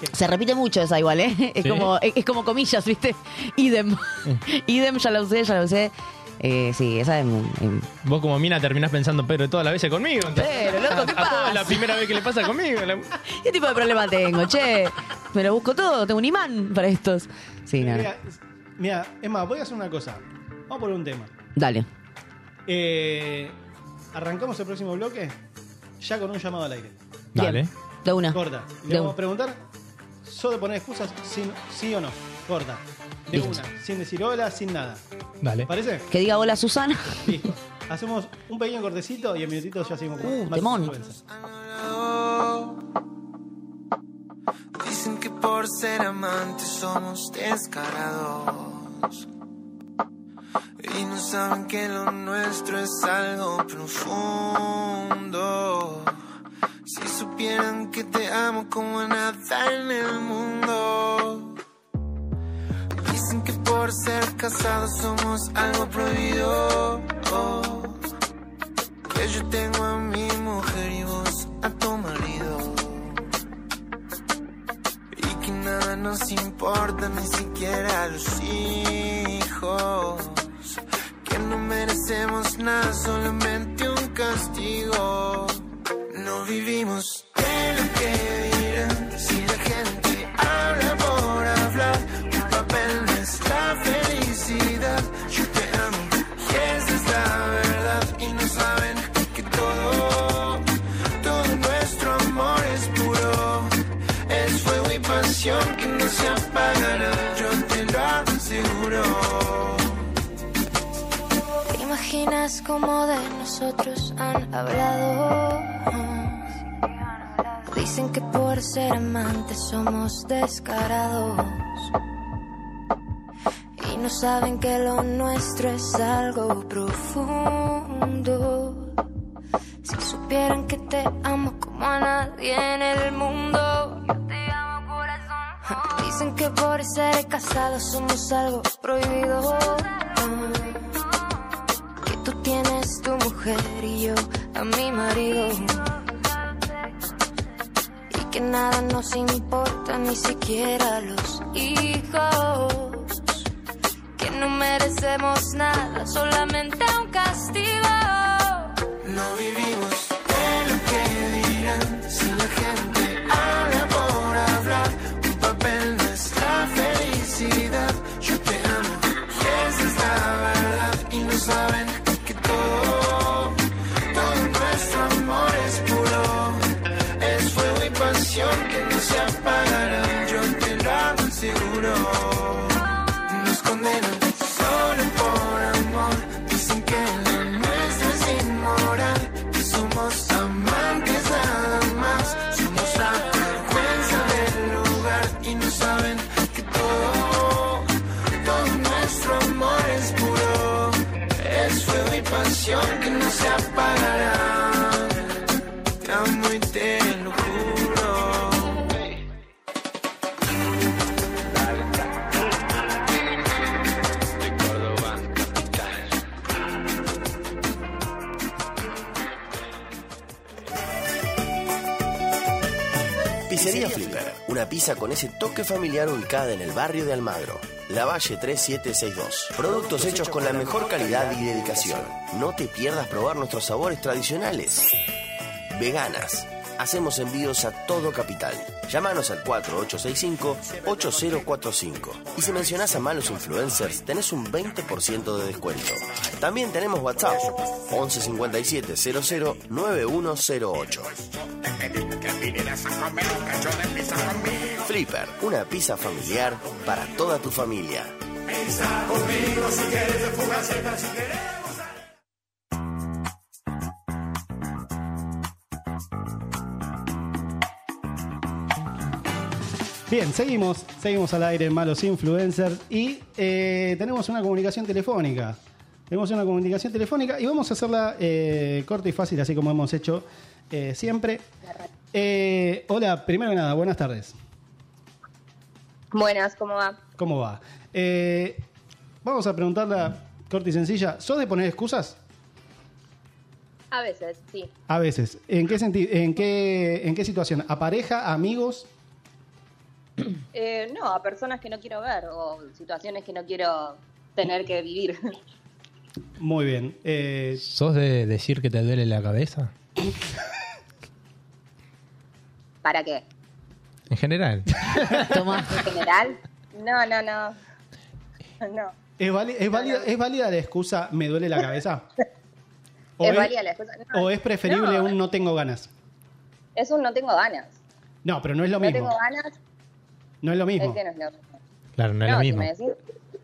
Speaker 3: ¿Qué?
Speaker 5: Se repite mucho esa igual, ¿eh? Es,
Speaker 4: ¿Sí?
Speaker 5: como, es, es como comillas, ¿viste? Idem. Idem, ya la usé, ya la usé. Eh, sí, esa es... muy- em,
Speaker 4: Vos como mina terminás pensando, pero todas las veces conmigo. entonces.
Speaker 5: Pero, loco, ¿qué
Speaker 4: A- a todas
Speaker 5: pasa?
Speaker 4: la primera vez que le pasa conmigo. La-
Speaker 5: ¿Qué tipo de problema tengo? Che, me lo busco todo, tengo un imán para estos. Sí, no, no.
Speaker 3: Mira, mira, es más, voy a hacer una cosa. Vamos por un tema.
Speaker 5: Dale.
Speaker 3: Eh, arrancamos el próximo bloque ya con un llamado al aire.
Speaker 4: Dale.
Speaker 5: Bien. De una.
Speaker 3: Corta. Le
Speaker 5: Ah, De
Speaker 3: vamos
Speaker 5: una.
Speaker 3: a preguntar, solo poner excusas, sí, sí o no. Corta. De
Speaker 5: Listo. Eh.
Speaker 3: una, sin decir hola, sin nada.
Speaker 4: Dale.
Speaker 3: ¿Parece?
Speaker 5: Que diga hola Susana.
Speaker 3: Listo. Hacemos un pequeño cortecito y en minutitos ya seguimos. con
Speaker 5: Uh,
Speaker 3: más
Speaker 5: temón.
Speaker 3: influenza.
Speaker 7: Dicen que por ser amantes somos descarados. Y no saben que lo nuestro es algo profundo. Si supieran que te amo como a nada en el mundo. Dicen que por ser casados somos algo prohibido. Que yo tengo a mi mujer y vos a tu marido. Y que nada nos importa, ni siquiera a los hijos. Que no merecemos nada, solamente un castigo. No vivimos de lo que dirán si la gente habla por hablar. Tu papel no es la felicidad. Yo te amo y esa es la verdad. Y no saben que todo, todo nuestro amor es puro. Es fuego y pasión que no se apagará, yo te lo aseguro.
Speaker 8: ¿Te imaginas cómo de nosotros han hablado? Dicen que por ser amantes somos descarados. Y no saben que lo nuestro es algo profundo. Si supieran que te amo como a nadie en el mundo. Dicen que por ser casados somos algo prohibido. Que tú tienes tu mujer y yo a mi marido. Y que nada nos importa, ni siquiera los hijos. Que no merecemos nada, solamente un castigo.
Speaker 7: No vivimos de lo que dirán si la gente habla por hablar. Tu papel no es la felicidad, yo te amo y esa es la verdad. Y no saben que todo, todo nuestro amor es puro. Es fuego y pasión que no se apagará, yo te lo aseguro. Nos condenan solo por amor. Dicen que lo nuestro es inmoral. Que somos amantes nada más. Somos la vergüenza del lugar. Y no saben que todo, todo nuestro amor es puro. Es fuego y pasión que no se apagará. Te amo y te lo juro.
Speaker 2: Pizzería Flipper, una pizza con ese toque familiar ubicada en el barrio de Almagro. La Valle 3762. Productos hechos con la mejor calidad y dedicación. No te pierdas probar nuestros sabores tradicionales. Veganas, Hacemos envíos a todo capital. Llámanos al 4865-8045. Y si mencionás a malos influencers, tenés un 20% de descuento. También tenemos WhatsApp 1157 00 9108. Flipper, una pizza familiar para toda tu familia.
Speaker 3: Bien, seguimos, seguimos al aire en Malos Influencers y eh, tenemos una comunicación telefónica. Tenemos una comunicación telefónica y vamos a hacerla eh, corta y fácil, así como hemos hecho eh, siempre. Eh, hola, primero que nada, buenas tardes.
Speaker 9: Buenas, ¿cómo va?
Speaker 3: ¿Cómo va? Eh, vamos a preguntarla corta y sencilla. ¿Sos de poner excusas?
Speaker 9: A veces, sí.
Speaker 3: A veces. ¿En qué, senti- en qué, en qué situación? ¿A pareja, a amigos?
Speaker 9: Eh, no, a personas que no quiero ver o situaciones que no quiero tener que vivir.
Speaker 3: Muy bien. Eh,
Speaker 4: ¿Sos de decir que te duele la cabeza?
Speaker 9: ¿Para qué?
Speaker 4: En general.
Speaker 5: Toma.
Speaker 9: ¿En general? No, no, no. No.
Speaker 3: ¿es, vali- es válida, ¿Es válida la excusa me duele la cabeza?
Speaker 9: Es válida la excusa. No,
Speaker 3: ¿O es preferible
Speaker 9: no,
Speaker 3: un no tengo ganas?
Speaker 9: Es un no tengo ganas.
Speaker 3: No, pero no es lo
Speaker 9: No
Speaker 3: mismo.
Speaker 9: tengo ganas,
Speaker 3: No es lo mismo.
Speaker 9: es que no es lo mismo.
Speaker 4: Claro, no es lo
Speaker 9: No, si
Speaker 4: mismo.
Speaker 9: me, decís,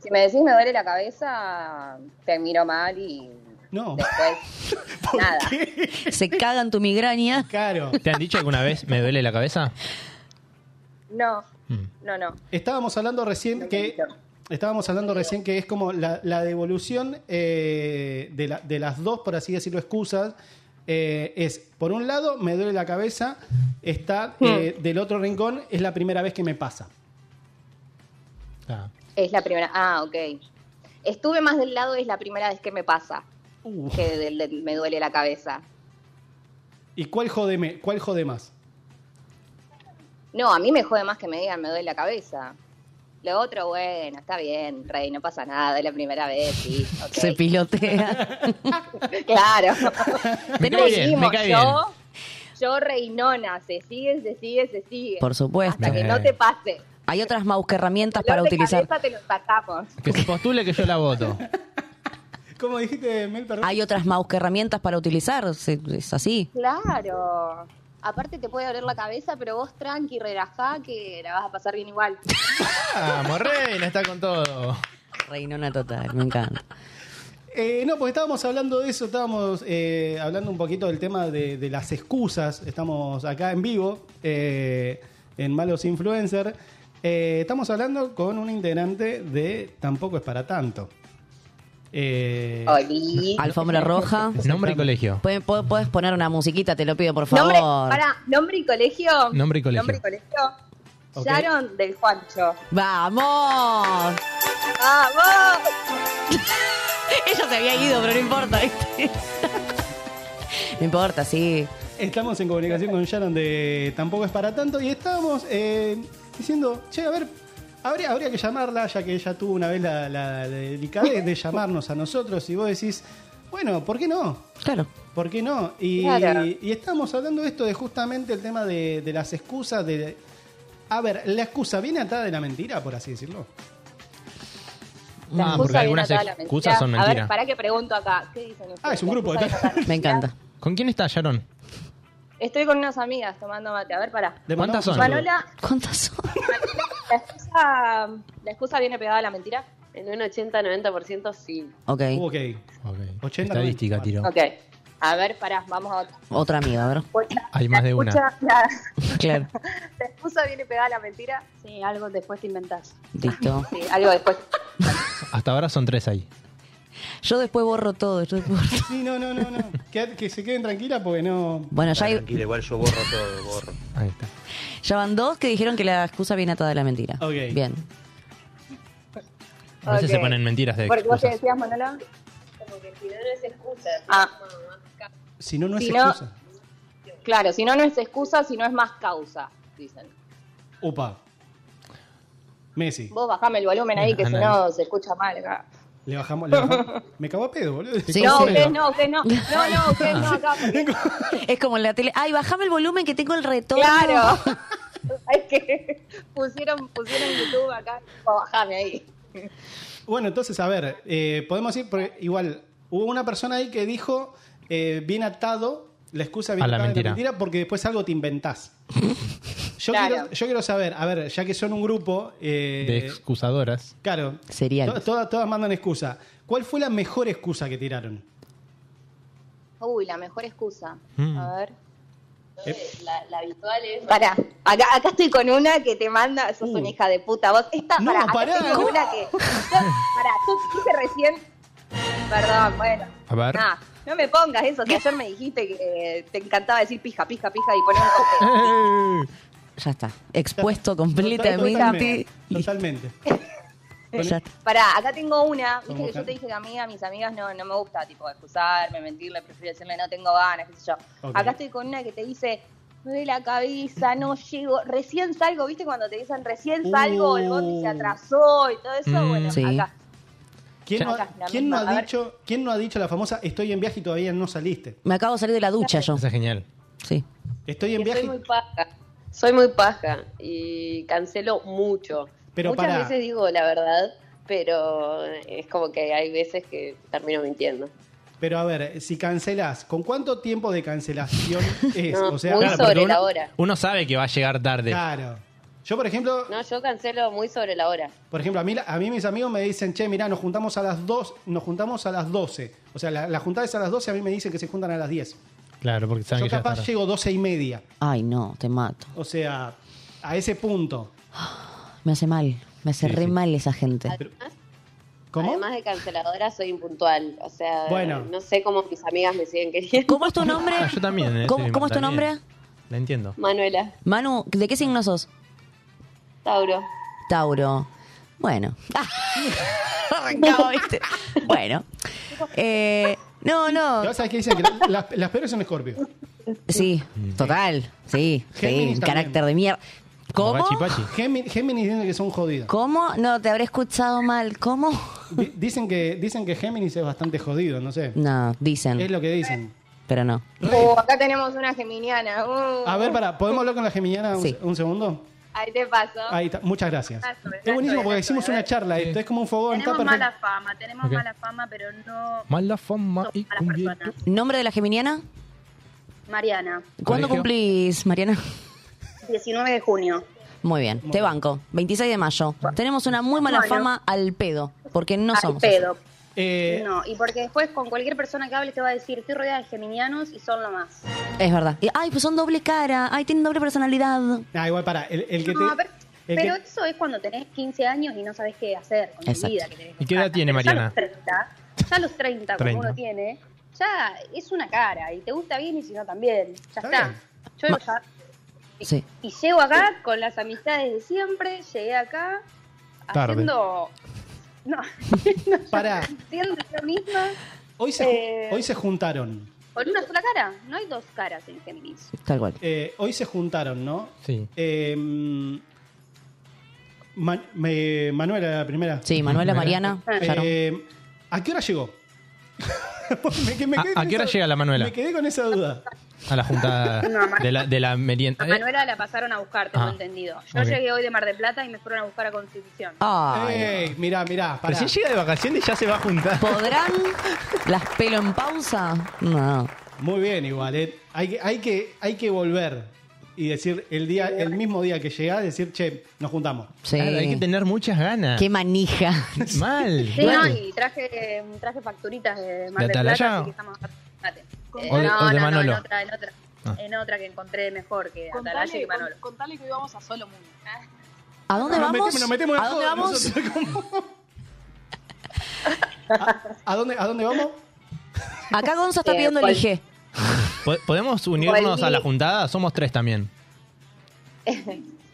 Speaker 9: si me decís me duele la cabeza, te miro mal y
Speaker 3: No.
Speaker 9: después
Speaker 3: Oh. ¿Por
Speaker 9: nada.
Speaker 3: qué?
Speaker 5: Se cagan tu migraña.
Speaker 3: Claro.
Speaker 4: ¿Te han dicho alguna vez me duele la cabeza?
Speaker 9: No,
Speaker 4: Mm.
Speaker 9: no, no.
Speaker 3: Estábamos hablando recién que. Estábamos hablando recién que es como la, la devolución eh, de, la- de las dos, por así decirlo, excusas. eh, es, por un lado, me duele la cabeza, está
Speaker 9: Hmm.
Speaker 3: eh, del otro rincón, es la primera vez que me pasa.
Speaker 4: Ah.
Speaker 9: Es la primera. Ah, ok. Estuve más del lado, es la primera vez que me pasa.
Speaker 3: Uh.
Speaker 9: Que del- del- me duele la cabeza.
Speaker 3: ¿Y cuál jode, me- cuál jode más?
Speaker 9: No, a mí me jode más que me digan me duele la cabeza. Lo otro, bueno, está bien, Rey, no pasa nada, es la primera vez, sí. ok.
Speaker 5: Se pilotea.
Speaker 9: Claro.
Speaker 4: Me cae bien, me
Speaker 9: Seguimos,
Speaker 4: cae bien.
Speaker 9: yo, yo, Reinona, se sigue, se sigue, se sigue.
Speaker 5: Por supuesto.
Speaker 9: Hasta que
Speaker 4: Eh.
Speaker 9: no te pase.
Speaker 5: Hay otras herramientas
Speaker 9: Dolor
Speaker 5: para
Speaker 9: de
Speaker 5: utilizar.
Speaker 9: cabeza te lo sacamos.
Speaker 4: Que se postule que yo la voto.
Speaker 3: Como dijiste, Mel, perdón.
Speaker 5: Hay otras herramientas para utilizar. se- Es así.
Speaker 9: Claro. Aparte te puede doler la cabeza, pero vos tranqui, relajá, que la vas a pasar bien igual.
Speaker 4: Vamos, Reina está con todo.
Speaker 5: Reinona total, me encanta.
Speaker 3: Eh, no, porque estábamos hablando de eso, estábamos eh, hablando un poquito del tema de, de las excusas. Estamos acá en vivo, eh, en Malos Influencer. Eh, estamos hablando con un integrante de Tampoco es para tanto. Eh,
Speaker 9: Oli.
Speaker 5: Alfombra roja.
Speaker 4: Nombre y colegio.
Speaker 5: Pueden- po- Puedes poner una musiquita, te lo pido, por favor.
Speaker 9: Nombre, para, nombre y colegio.
Speaker 4: Nombre y colegio.
Speaker 9: Nombre y colegio.
Speaker 3: Ok.
Speaker 9: Sharon del Juancho.
Speaker 5: ¡Vamos!
Speaker 9: ¡Vamos!
Speaker 5: Ella se había ido, pero no importa, ¿viste? No importa, sí.
Speaker 3: Estamos en comunicación con Sharon de Tampoco es para tanto y estábamos eh, diciendo, che, a ver, habría, habría que llamarla, ya que ella tuvo una vez la, la delicadez de llamarnos a nosotros y vos decís, bueno, ¿por qué no?
Speaker 5: Claro.
Speaker 3: ¿Por qué no? Y,
Speaker 9: Claro.
Speaker 3: y estamos hablando de esto de justamente el tema de, de las excusas. De, a ver, la excusa viene atada de la mentira, por así decirlo.
Speaker 9: La
Speaker 4: Ah,
Speaker 9: excusa
Speaker 4: porque
Speaker 9: viene
Speaker 4: algunas
Speaker 9: atada a la
Speaker 4: excusas son
Speaker 9: mentira. A ver,
Speaker 4: mentiras.
Speaker 9: ¿para qué pregunto acá? ¿Qué dicen ustedes?
Speaker 3: Ah, es un
Speaker 9: La
Speaker 3: grupo
Speaker 9: excusa
Speaker 3: de-
Speaker 9: viene atada a la
Speaker 5: Me encanta.
Speaker 9: mentira.
Speaker 4: ¿Con quién está Sharon?
Speaker 9: Estoy con unas amigas tomando mate. A ver, pará.
Speaker 3: Le mandamos
Speaker 4: ¿Cuántas
Speaker 3: un
Speaker 4: son?
Speaker 3: saludo.
Speaker 9: Manola,
Speaker 5: ¿Cuántas son?
Speaker 9: Manola, la excusa, la excusa viene pegada a la mentira.
Speaker 10: En un 80-90% sí.
Speaker 5: Ok.
Speaker 3: Ok.
Speaker 4: Ok.
Speaker 3: 80,
Speaker 4: Estadística, tiro.
Speaker 9: Ok. A ver, pará, vamos a otra.
Speaker 5: Otra amiga, a ver.
Speaker 9: Otra.
Speaker 4: Hay más
Speaker 9: La
Speaker 4: de una.
Speaker 9: excusa- La,
Speaker 5: Claro.
Speaker 9: la excusa viene pegada a la mentira. Sí, algo después te inventás.
Speaker 5: Listo.
Speaker 9: Sí, algo después.
Speaker 4: Hasta ahora son tres ahí.
Speaker 5: Yo después borro todo. yo después borro todo.
Speaker 3: Sí, no, no, no, no. Que, que se queden tranquilas porque no.
Speaker 5: Bueno, ya, hay-
Speaker 2: Tranquila, igual yo borro todo, borro.
Speaker 4: Ahí está.
Speaker 5: ya van dos que dijeron que la excusa viene atada de la mentira.
Speaker 3: Ok.
Speaker 5: Bien.
Speaker 4: A veces se
Speaker 9: Ok.
Speaker 4: ponen mentiras de
Speaker 9: Porque vos te
Speaker 4: excusas.
Speaker 9: decías, Manola.
Speaker 10: Como que si no, no es excusa.
Speaker 9: Ah,
Speaker 3: Si no, no es
Speaker 9: Si no-
Speaker 3: excusa.
Speaker 9: claro, si no, no es excusa, si no es más causa, dicen.
Speaker 3: Opa. Messi.
Speaker 9: Vos bajame el volumen ahí, que si
Speaker 4: Ana.
Speaker 9: no se escucha mal acá.
Speaker 3: Le bajamos, le bajamos. Me cago a pedo, boludo.
Speaker 5: Sí,
Speaker 9: no,
Speaker 5: sí.
Speaker 9: ustedes no, ustedes no. No, no, ustedes no acá. porque-
Speaker 5: Es como en la tele. Ay, bajame el volumen que tengo el retorno.
Speaker 9: Claro. Es que pusieron, pusieron YouTube acá. tipo, Bajame ahí.
Speaker 3: Bueno, entonces, a ver, eh, podemos ir, porque igual, hubo una persona ahí que dijo, eh, bien atado, la excusa bien
Speaker 4: A la
Speaker 3: atada de
Speaker 4: mentira.
Speaker 3: porque después algo te inventás. Yo,
Speaker 9: Claro.
Speaker 3: quiero, yo quiero saber, a ver, ya que son un grupo... eh,
Speaker 4: de excusadoras.
Speaker 3: Claro, to-
Speaker 5: Serial.
Speaker 3: todas, todas mandan excusa. ¿Cuál fue la mejor excusa que tiraron?
Speaker 9: Uy, la mejor excusa.
Speaker 4: Mm.
Speaker 9: A ver.
Speaker 10: La, la habitual es.
Speaker 9: Pará, acá, acá estoy con una que te manda, sos una hija de puta. Vos, esta,
Speaker 3: No,
Speaker 9: pará, acá
Speaker 3: pará,
Speaker 9: estoy con
Speaker 3: no.
Speaker 9: una que. yo- pará, yo dijiste recién. Perdón, bueno.
Speaker 4: A ver.
Speaker 9: Nah, no me pongas eso, que ayer me dijiste que eh, te encantaba decir pija, pija, pija y poner un corte.
Speaker 5: Ya está.
Speaker 3: Puesto
Speaker 5: Expuesto completamente.
Speaker 3: Totalmente.
Speaker 5: Ya está.
Speaker 9: Pará, acá tengo una, viste
Speaker 3: Como
Speaker 9: que yo
Speaker 3: can-
Speaker 9: te dije que a mí, a mis amigas no, no me gusta, tipo, excusarme, mentirle, prefiero decirle no tengo ganas, qué sé yo.
Speaker 3: Ok.
Speaker 9: Acá estoy con una que te dice, me duele la cabeza, no llego, recién salgo, viste cuando te dicen recién salgo, el bondi se
Speaker 3: Uh.
Speaker 9: atrasó y todo eso,
Speaker 4: Mm.
Speaker 9: bueno,
Speaker 5: Sí.
Speaker 9: acá.
Speaker 3: ¿Quién, no,
Speaker 9: Acá, la
Speaker 3: quién no
Speaker 9: misma, a
Speaker 3: ha
Speaker 9: ver.
Speaker 3: dicho, ¿Quién no ha dicho la famosa estoy en viaje y todavía no saliste?
Speaker 5: Me acabo de salir de la ducha yo.
Speaker 4: Esa es genial.
Speaker 5: Sí.
Speaker 3: Estoy en
Speaker 10: que
Speaker 3: viaje.
Speaker 10: soy muy paja. Soy muy paja y cancelo mucho.
Speaker 3: Pero
Speaker 10: Muchas
Speaker 3: pará.
Speaker 10: veces digo la verdad, pero es como que hay veces que termino mintiendo.
Speaker 3: Pero a ver, si cancelás, ¿con cuánto tiempo de cancelación es?
Speaker 10: No,
Speaker 3: o sea,
Speaker 10: muy
Speaker 3: claro,
Speaker 10: sobre
Speaker 4: porque
Speaker 10: la
Speaker 4: uno-
Speaker 10: hora.
Speaker 4: Uno sabe que va a llegar tarde.
Speaker 3: claro. Yo, por ejemplo,
Speaker 10: No, yo cancelo muy sobre la hora.
Speaker 3: por ejemplo, a mí, a mí mis amigos me dicen, che, mirá, nos juntamos a las 2, nos juntamos a las 12. O sea, la, la juntada es a las 12, a mí me dicen que se juntan a las 10.
Speaker 4: Claro, porque saben
Speaker 3: Yo
Speaker 4: que ya
Speaker 3: capaz
Speaker 4: está.
Speaker 3: llego 12 y media.
Speaker 5: Ay, no, te mato.
Speaker 3: O sea, a ese punto.
Speaker 5: Me hace mal. Me hace
Speaker 4: Sí,
Speaker 5: re
Speaker 4: sí.
Speaker 5: mal esa gente.
Speaker 3: ¿Cómo?
Speaker 10: Además de canceladora, soy impuntual. O sea,
Speaker 3: Bueno.
Speaker 10: no sé cómo mis amigas me siguen queriendo.
Speaker 5: ¿Cómo es tu nombre?
Speaker 4: Ah, yo también. eh,
Speaker 5: ¿Cómo,
Speaker 4: sí,
Speaker 5: cómo es tu
Speaker 4: también.
Speaker 5: nombre?
Speaker 4: La entiendo.
Speaker 10: Manuela,
Speaker 5: Manu, ¿de qué signo sos?
Speaker 10: Tauro.
Speaker 5: Tauro. Bueno. Arrancaba, ¿viste? Bueno. Eh, no, no.
Speaker 3: ¿Sabes qué dicen? Que la- las, las peores son Scorpio.
Speaker 5: Sí, total. Sí, sí.
Speaker 3: Géminis también.
Speaker 5: un Carácter de mierda. ¿Cómo?
Speaker 4: Pachi, Pachi.
Speaker 3: Gémi- Géminis dicen que son jodidos.
Speaker 5: ¿Cómo? No, te habré escuchado mal. ¿Cómo?
Speaker 3: Di- Dicen que, dicen que Géminis es bastante jodido, no sé.
Speaker 5: No, dicen,
Speaker 3: Es lo que dicen.
Speaker 5: pero no.
Speaker 9: Uh, acá tenemos una geminiana. uh.
Speaker 3: A ver, para, ¿podemos hablar con la geminiana un,
Speaker 5: Sí.
Speaker 3: un segundo?
Speaker 9: Ahí te paso.
Speaker 3: Ahí está, muchas gracias.
Speaker 9: Gracias,
Speaker 3: Es buenísimo
Speaker 9: gracias,
Speaker 3: porque
Speaker 9: gracias,
Speaker 3: hicimos una charla, esto es como un fogón, está
Speaker 11: Tenemos
Speaker 3: perfecto.
Speaker 11: mala fama, tenemos
Speaker 4: Ok.
Speaker 11: mala fama, pero no
Speaker 4: Mala fama y
Speaker 11: somos malas personas.
Speaker 5: ¿Nombre de la geminiana?
Speaker 11: Mariana,
Speaker 4: Colegio.
Speaker 5: ¿Cuándo cumplís, Mariana?
Speaker 11: 19 de junio.
Speaker 5: Muy bien, te banco. 26 de mayo. Tenemos una muy mala
Speaker 11: Bueno.
Speaker 5: fama al pedo, porque no
Speaker 11: Al
Speaker 5: somos.
Speaker 11: pedo.
Speaker 3: Eh,
Speaker 11: No, y porque después con cualquier persona que hables te va a decir, estoy rodeada de geminianos y son lo más.
Speaker 5: así. Es verdad. Y, ay, pues son doble cara. Ay, tienen doble personalidad.
Speaker 3: Ah, igual para, el, el que te.
Speaker 11: No, pero,
Speaker 3: el
Speaker 11: pero
Speaker 3: que-
Speaker 11: eso es cuando tenés 15 años y no sabes qué hacer con
Speaker 5: Exacto.
Speaker 11: tu vida. Que tenés
Speaker 4: ¿Y qué edad
Speaker 11: buscar.
Speaker 4: tiene
Speaker 11: Pero ya a
Speaker 4: Mariana?
Speaker 11: los 30, ya a los 30, como
Speaker 4: 30.
Speaker 11: uno tiene, ya es una cara y te gusta bien y si no también. Ya
Speaker 3: Está
Speaker 11: está.
Speaker 3: bien.
Speaker 11: Yo
Speaker 5: Ma-
Speaker 11: ya-
Speaker 5: Sí.
Speaker 11: Y llego acá con las amistades de siempre, llegué acá
Speaker 4: Tarde.
Speaker 11: haciendo... No,
Speaker 3: Pará.
Speaker 11: siendo yo misma
Speaker 3: hoy, se,
Speaker 11: eh,
Speaker 3: hoy se juntaron.
Speaker 11: con una sola cara. No hay dos caras en Géminis.
Speaker 5: Tal cual.
Speaker 3: Eh, hoy se juntaron, ¿no?
Speaker 4: Sí.
Speaker 3: Eh, Man- me- Manuela, la primera.
Speaker 5: Sí, Manuela, Mariana, Sharon.
Speaker 3: Eh, ¿A qué hora llegó? Me que- me
Speaker 4: ¿A-
Speaker 3: quedé
Speaker 4: a
Speaker 3: con
Speaker 4: qué hora
Speaker 3: esa-
Speaker 4: llega la Manuela?
Speaker 3: Me quedé con esa duda.
Speaker 4: A la junta
Speaker 11: No, Mar-
Speaker 4: de la, de la merienda.
Speaker 11: A Manuela la pasaron a buscar, tengo
Speaker 4: ¿Eh? Ah.
Speaker 11: entendido. Yo
Speaker 4: Ok. Ah,
Speaker 11: llegué hoy de Mar del Plata y me fueron a buscar a Constitución.
Speaker 5: Ay.
Speaker 3: Ey, mirá, mirá,
Speaker 4: Pero
Speaker 3: pará.
Speaker 4: si Eh, llega de vacaciones ya se va a juntar.
Speaker 5: ¿Podrán las pelo en pausa? No.
Speaker 3: Muy bien, igual. eh. Hay, que, hay, que, hay que volver y decir el día, el mismo día que llegás, decir, che, nos juntamos.
Speaker 5: Sí.
Speaker 4: Claro, hay que tener muchas ganas.
Speaker 5: Qué manija.
Speaker 4: Mal.
Speaker 11: Sí, no,
Speaker 4: mal.
Speaker 11: y traje, traje facturitas de Mar
Speaker 4: ¿De
Speaker 11: del
Speaker 4: Atalaya?
Speaker 11: Plata, así que estamos a- mate. Eh,
Speaker 4: ¿O de-
Speaker 11: no,
Speaker 4: o
Speaker 11: no,
Speaker 4: de
Speaker 11: no,
Speaker 4: Manolo?
Speaker 11: en otra, en otra.
Speaker 4: Ah.
Speaker 11: En otra que encontré mejor que Atalaya y
Speaker 10: Contale,
Speaker 11: Manolo.
Speaker 10: con- contale que íbamos a Solo Mundo.
Speaker 5: ¿A dónde
Speaker 3: Nos
Speaker 5: vamos?
Speaker 3: metemos- nos metemos en
Speaker 5: ¿A dónde
Speaker 3: joda
Speaker 5: vamos?
Speaker 3: nosotros, como- ¿A, a dónde, ¿A dónde vamos?
Speaker 5: Acá Gonza está
Speaker 10: Eh,
Speaker 5: pidiendo el
Speaker 10: ¿cuál?
Speaker 5: IG.
Speaker 4: Po- ¿Podemos unirnos
Speaker 10: Volví.
Speaker 4: a la juntada? Somos tres también.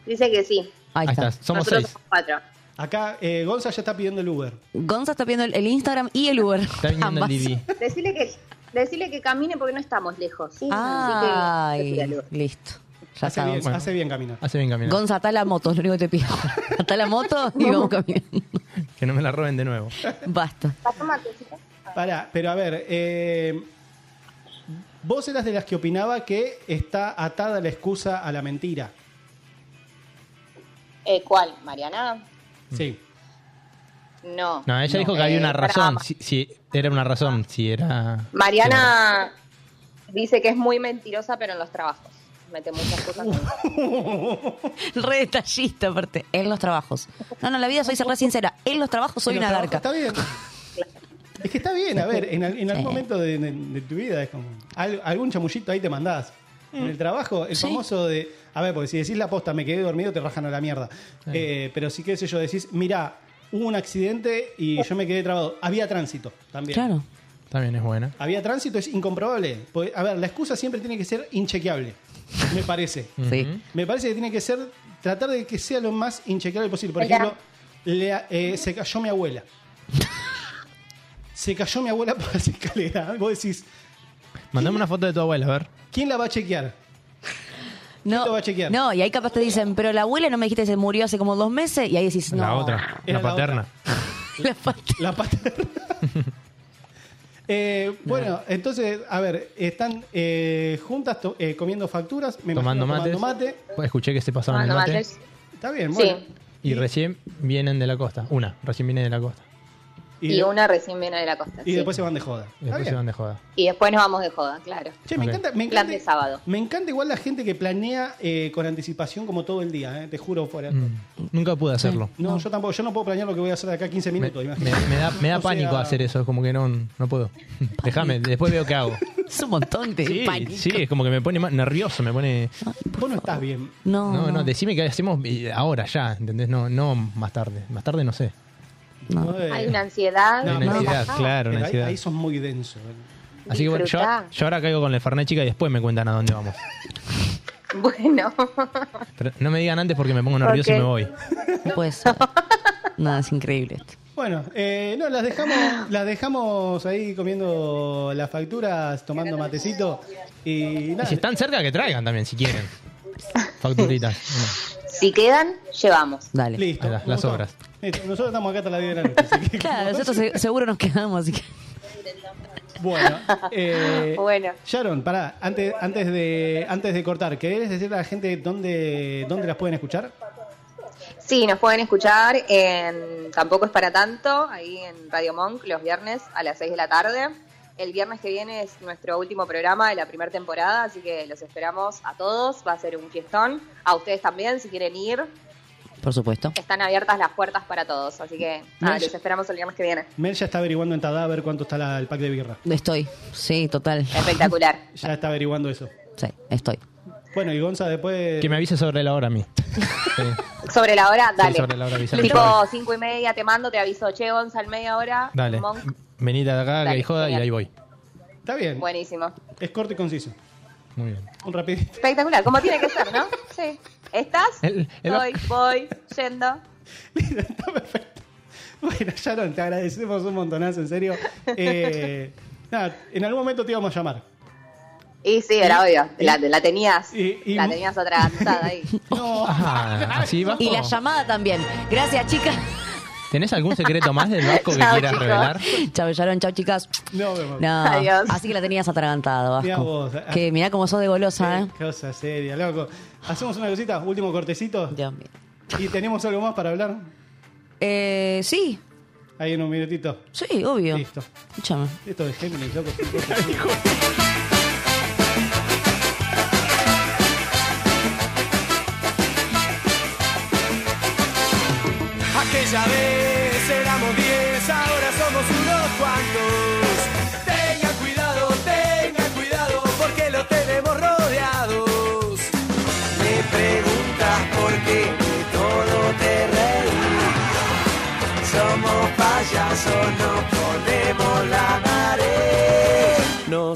Speaker 11: Dice que sí.
Speaker 5: Ahí está.
Speaker 4: Somos
Speaker 11: Nosotros
Speaker 4: seis.
Speaker 11: somos cuatro.
Speaker 3: Acá eh, Gonza ya está pidiendo el Uber.
Speaker 5: Gonza está pidiendo el, el Instagram y el Uber.
Speaker 4: Está viniendo
Speaker 5: Ambas.
Speaker 4: el Didi.
Speaker 11: Decirle que, decirle que camine porque no estamos lejos.
Speaker 5: Ay, listo.
Speaker 3: hace,
Speaker 5: Ya está,
Speaker 3: bien,
Speaker 5: Gonza.
Speaker 3: hace bien caminar.
Speaker 4: Hace bien caminar.
Speaker 5: Gonza, atá la moto, es lo único que te pido. Atá la moto y vamos caminando.
Speaker 4: Que no me la roben de nuevo.
Speaker 5: Basta.
Speaker 3: Pará, pero a ver, eh, vos eras de las que opinaba que está atada la excusa a la mentira.
Speaker 9: Eh, ¿Cuál? ¿Mariana?
Speaker 3: Sí.
Speaker 9: No.
Speaker 4: No, ella dijo que había
Speaker 9: Eh,
Speaker 4: una
Speaker 9: pará,
Speaker 4: razón. Si, si era una razón, si era.
Speaker 9: Mariana dice que es muy mentirosa, pero en los trabajos. Mete muchas cosas.
Speaker 5: Re detallista, aparte. En los trabajos. No, no, en la vida soy re sincera. En los trabajos soy
Speaker 3: En los
Speaker 5: una
Speaker 3: trabajos
Speaker 5: garca.
Speaker 3: Está bien. Es que está bien, a ver, en, al- en algún momento de, de- de tu vida es como. al- algún chamullito ahí te mandás. En el trabajo, el famoso de. A ver, porque si decís la posta, me quedé dormido, te rajan a la mierda. Eh, pero sí, qué sé yo, decís, mirá, hubo un accidente y yo me quedé trabado. Había tránsito también.
Speaker 4: Claro. También es buena.
Speaker 3: Había tránsito, es incomprobable. Porque, a ver, la excusa siempre tiene que ser inchequeable, me parece.
Speaker 5: Mm.
Speaker 4: Sí.
Speaker 3: Me parece que tiene que ser tratar de que sea lo más inchequeable posible. Por
Speaker 11: Mirá.
Speaker 3: ejemplo, le- eh, se cayó mi abuela. Se cayó mi abuela por las escaleras. Vos decís,
Speaker 4: Mandame una foto de tu abuela, a ver.
Speaker 3: ¿quién la va a chequear?
Speaker 5: No, no, y ahí capaz te dicen, pero la abuela no me dijiste, se murió hace como dos meses. Y ahí decís, no.
Speaker 4: La otra,
Speaker 3: Era
Speaker 4: la paterna.
Speaker 5: La paterna.
Speaker 3: La paterna. Eh, bueno, entonces, a ver, están eh, juntas to- eh, comiendo facturas, me
Speaker 4: Tomando
Speaker 3: imagino
Speaker 4: mates. Pues Escuché que se pasaban el mate.
Speaker 3: Está bien,
Speaker 9: Sí.
Speaker 3: bueno.
Speaker 4: Y recién vienen de la costa. Una, recién viene de la costa.
Speaker 9: Y, una recién viene de la costa.
Speaker 3: Y
Speaker 9: sí.
Speaker 3: después se van de joda.
Speaker 4: Y después se
Speaker 3: bien.
Speaker 4: van de joda.
Speaker 9: Y después nos vamos de joda, claro.
Speaker 3: Che, me
Speaker 4: Ok.
Speaker 3: encanta, me
Speaker 9: Plan
Speaker 3: encanta,
Speaker 9: de sábado.
Speaker 3: me encanta igual la gente que planea eh, con anticipación como todo el día, eh, te juro fuera.
Speaker 4: Mm. Nunca pude hacerlo.
Speaker 3: No, yo tampoco, yo no puedo planear lo que voy a hacer de acá a 15 minutos. imagínate.
Speaker 4: Me, me da, me da
Speaker 3: O sea-
Speaker 4: pánico hacer eso, como que no, no puedo. Déjame, después veo qué hago.
Speaker 5: Es un montón de
Speaker 4: Sí,
Speaker 5: pánico.
Speaker 4: sí, es como que me pone más nervioso, me pone...
Speaker 3: Vos no estás bien.
Speaker 5: No,
Speaker 4: No,
Speaker 5: no.
Speaker 4: no, decime qué hacemos y ahora ya, ¿entendés? No, no más tarde. Más tarde no sé.
Speaker 3: No, eh,
Speaker 9: Hay una ansiedad.
Speaker 4: No,
Speaker 3: pero-
Speaker 4: una ansiedad,
Speaker 3: pero
Speaker 4: claro, una
Speaker 3: ahí-
Speaker 4: ansiedad.
Speaker 3: Ahí, sos muy denso. eh.
Speaker 4: Así que bueno, yo,
Speaker 9: Disfrutá.
Speaker 4: yo ahora caigo con el Fernet Chica y después me cuentan a dónde vamos.
Speaker 9: Bueno.
Speaker 4: Pero no me digan antes porque me pongo nervioso y
Speaker 9: Ok.
Speaker 4: me voy.
Speaker 5: Pues. Nada, es increíble esto.
Speaker 3: Bueno, eh, no, las dejamos, las dejamos ahí comiendo las facturas, tomando matecito y
Speaker 4: Y
Speaker 3: nada.
Speaker 4: si están cerca, que traigan también, si quieren. Facturitas.
Speaker 9: Si quedan, llevamos.
Speaker 5: Dale.
Speaker 3: Listo.
Speaker 4: Las, las obras.
Speaker 3: Listo, Nosotros estamos acá hasta las 10 de la noche. así que-
Speaker 5: Claro, nosotros se- seguro nos quedamos, así que.
Speaker 3: Bueno, eh,
Speaker 9: Bueno.
Speaker 3: Sharon, pará, antes, antes, de, antes de cortar, ¿querés decirle a la gente dónde, dónde las pueden escuchar?
Speaker 9: Sí, nos pueden escuchar en Tampoco es para tanto, ahí en Radio Monk, los viernes a las 6 de la tarde. El viernes que viene es nuestro último programa de la primera temporada, así que los esperamos a todos. Va a ser un fiestón. A ustedes también, si quieren ir.
Speaker 5: Por supuesto.
Speaker 9: Están abiertas las puertas para todos, así que nada,
Speaker 3: Nice.
Speaker 9: los esperamos el viernes que viene.
Speaker 3: Mel ya está averiguando en Tadaver cuánto está la- el pack de birra.
Speaker 5: Estoy. Sí, total.
Speaker 9: Espectacular.
Speaker 3: Ya está averiguando eso.
Speaker 5: Sí, estoy.
Speaker 3: Bueno, y Gonza después...
Speaker 4: Que me avise sobre la hora a mí. Sí,
Speaker 9: Sobre la hora, dale.
Speaker 4: sobre la hora, avísame.
Speaker 9: Tipo 5 y media, te mando, te aviso, che, Gonzalo, media hora.
Speaker 4: Dale.
Speaker 9: Monk.
Speaker 4: Venite de acá, que
Speaker 9: Dale,
Speaker 4: hay joda, y
Speaker 9: genial.
Speaker 4: ahí voy.
Speaker 3: Está bien,
Speaker 9: Buenísimo.
Speaker 3: es corto y conciso.
Speaker 4: Muy bien.
Speaker 3: Un rapidito.
Speaker 9: Espectacular, como tiene que ser, ¿no? Sí. ¿Estás?
Speaker 4: El- el-
Speaker 9: Voy, voy, yendo.
Speaker 3: Bueno, Sharon, te agradecemos un montonazo, en serio. Eh, nada, en algún momento te íbamos a llamar.
Speaker 9: Y sí, era obvio. La, la tenías.
Speaker 3: Y- y-
Speaker 9: la tenías atragantada ahí.
Speaker 3: No,
Speaker 4: Ah, así Vasco.
Speaker 5: Y
Speaker 3: Oh.
Speaker 5: la llamada también. Gracias, chicas.
Speaker 4: ¿Tenés algún secreto más del Vasco que
Speaker 9: Chao,
Speaker 4: quieras
Speaker 9: chicos.
Speaker 4: revelar?
Speaker 5: Chao, Sharon. Chao, chicas.
Speaker 3: no, no.
Speaker 5: No.
Speaker 9: Adiós.
Speaker 5: Así que la tenías atragantado, Vasco.
Speaker 3: Mirá vos.
Speaker 5: Que mirá cómo sos de golosa, ¿eh?
Speaker 3: Cosa seria, loco. Hacemos una cosita, último cortecito.
Speaker 5: Dios mío.
Speaker 3: ¿Y tenemos algo más para hablar?
Speaker 5: Eh, sí,
Speaker 3: Ahí en un minutito.
Speaker 5: sí, obvio.
Speaker 3: Listo.
Speaker 5: Escúchame.
Speaker 3: Esto de Géminis, loco.
Speaker 7: Aquella vez éramos diez, ahora somos unos cuantos. Tengan cuidado, tengan cuidado, porque lo tenemos rodeados. Me preguntas por qué de todo te reí. Somos payasos, no ponemos la pared.
Speaker 2: No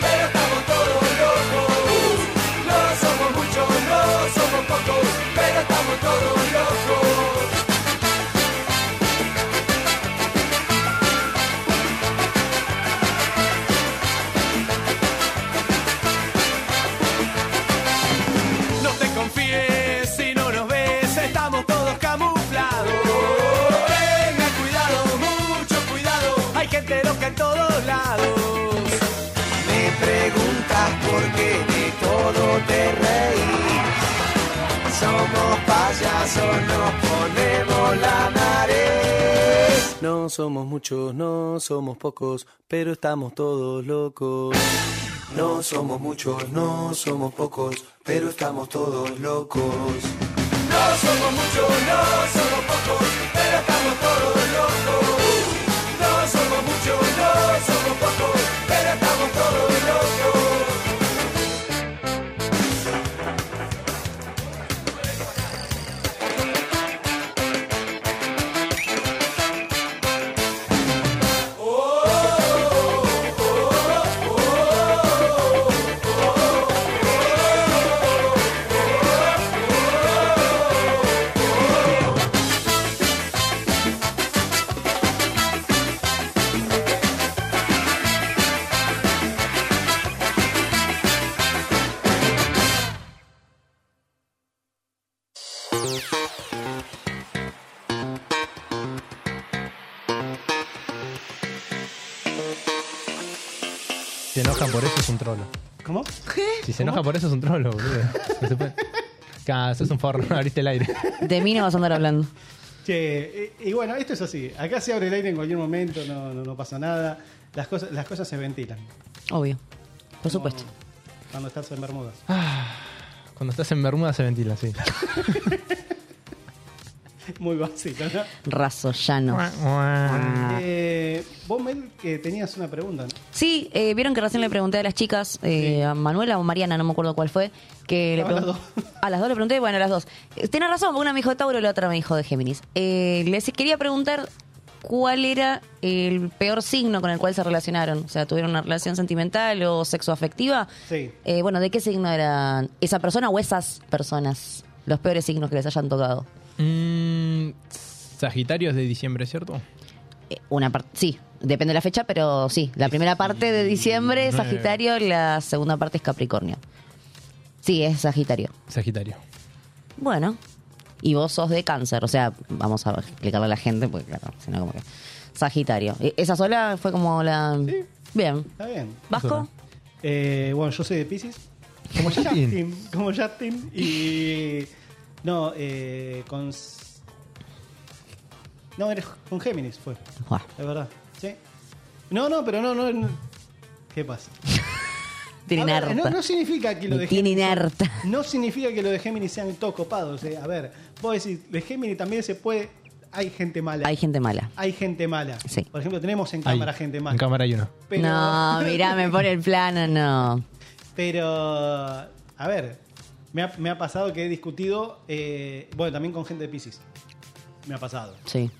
Speaker 7: pero estamos todos locos. No somos muchos, no somos pocos, pero estamos todos más porque de todo te reís. Somos payasos, nos ponemos la nariz.
Speaker 2: No somos muchos, no somos pocos, pero estamos todos locos.
Speaker 7: No somos muchos, no somos pocos, pero estamos todos locos. No somos muchos, no somos pocos, pero estamos todos locos. No somos muchos, no somos pocos, pero estamos todos locos.
Speaker 4: Si se enoja por eso es un trolo.
Speaker 3: ¿Cómo?
Speaker 4: Si se enoja por eso es un trolo, boludo. No se puede. Ca, sos un forro, abriste el aire.
Speaker 5: De mí no vas a andar hablando.
Speaker 3: Che, y, y bueno, esto es así. Acá se abre el aire en cualquier momento, no, no, no pasa nada. Las cosas, las cosas se ventilan.
Speaker 5: Obvio. Por supuesto.
Speaker 3: Cuando estás en Bermudas.
Speaker 4: Cuando estás en Bermuda se ventila, sí.
Speaker 3: Muy básico, ¿no?
Speaker 5: Rasollanos.
Speaker 3: Eh, vos, Mel, que tenías una pregunta, ¿no?
Speaker 5: Sí, eh, vieron que recién le pregunté a las chicas, eh, a Manuela o Mariana, no me acuerdo cuál fue, que le
Speaker 3: A las
Speaker 5: pregun- A las dos le pregunté, bueno, a las dos. Eh, Tenés razón, porque una me dijo de Tauro y la otra me dijo de Géminis. Eh, les quería preguntar cuál era el peor signo con el cual se relacionaron. O sea, ¿tuvieron una relación sentimental o sexo afectiva?
Speaker 3: Sí.
Speaker 5: Eh, bueno, ¿de qué signo eran esa persona o esas personas? Los peores signos que les hayan tocado.
Speaker 4: Mm, Sagitario es de diciembre, ¿cierto?
Speaker 5: eh, Una parte, sí, depende de la fecha, pero sí. La primera parte de diciembre es Sagitario, la segunda parte es Capricornio. Sí, es Sagitario.
Speaker 4: Sagitario.
Speaker 5: Bueno, y vos sos de cáncer, o sea, vamos a explicarle a la gente, porque claro, si no como que... Sagitario. E- Esa sola fue como la... Bien.
Speaker 3: Está bien.
Speaker 5: ¿Vasco?
Speaker 3: Eh, bueno, yo soy de Pisces. Como Justin. Como Justin. Y. No, eh, con. s- No, eres con Géminis, fue.
Speaker 5: Buah.
Speaker 3: Es verdad. Sí. No, no, pero no, no. no. ¿Qué pasa?
Speaker 5: Tiene
Speaker 3: A ver,
Speaker 5: harta.
Speaker 3: Ah, No, no significa que lo
Speaker 5: Me
Speaker 3: de
Speaker 5: tiene
Speaker 3: Géminis-
Speaker 5: harta.
Speaker 3: No significa que lo de Géminis sean todos copados. eh. A ver, vos decís, de Géminis también se puede. Hay gente mala.
Speaker 5: Hay gente mala.
Speaker 3: Hay gente mala.
Speaker 5: Sí.
Speaker 3: Por ejemplo, tenemos en cámara gente mala.
Speaker 4: En cámara hay uno.
Speaker 3: Pero-
Speaker 5: No, mirá, me pone el plano, no.
Speaker 3: Pero, a ver, me ha, me ha pasado que he discutido, eh, bueno, también con gente de Pisces. Me ha pasado.
Speaker 5: Sí.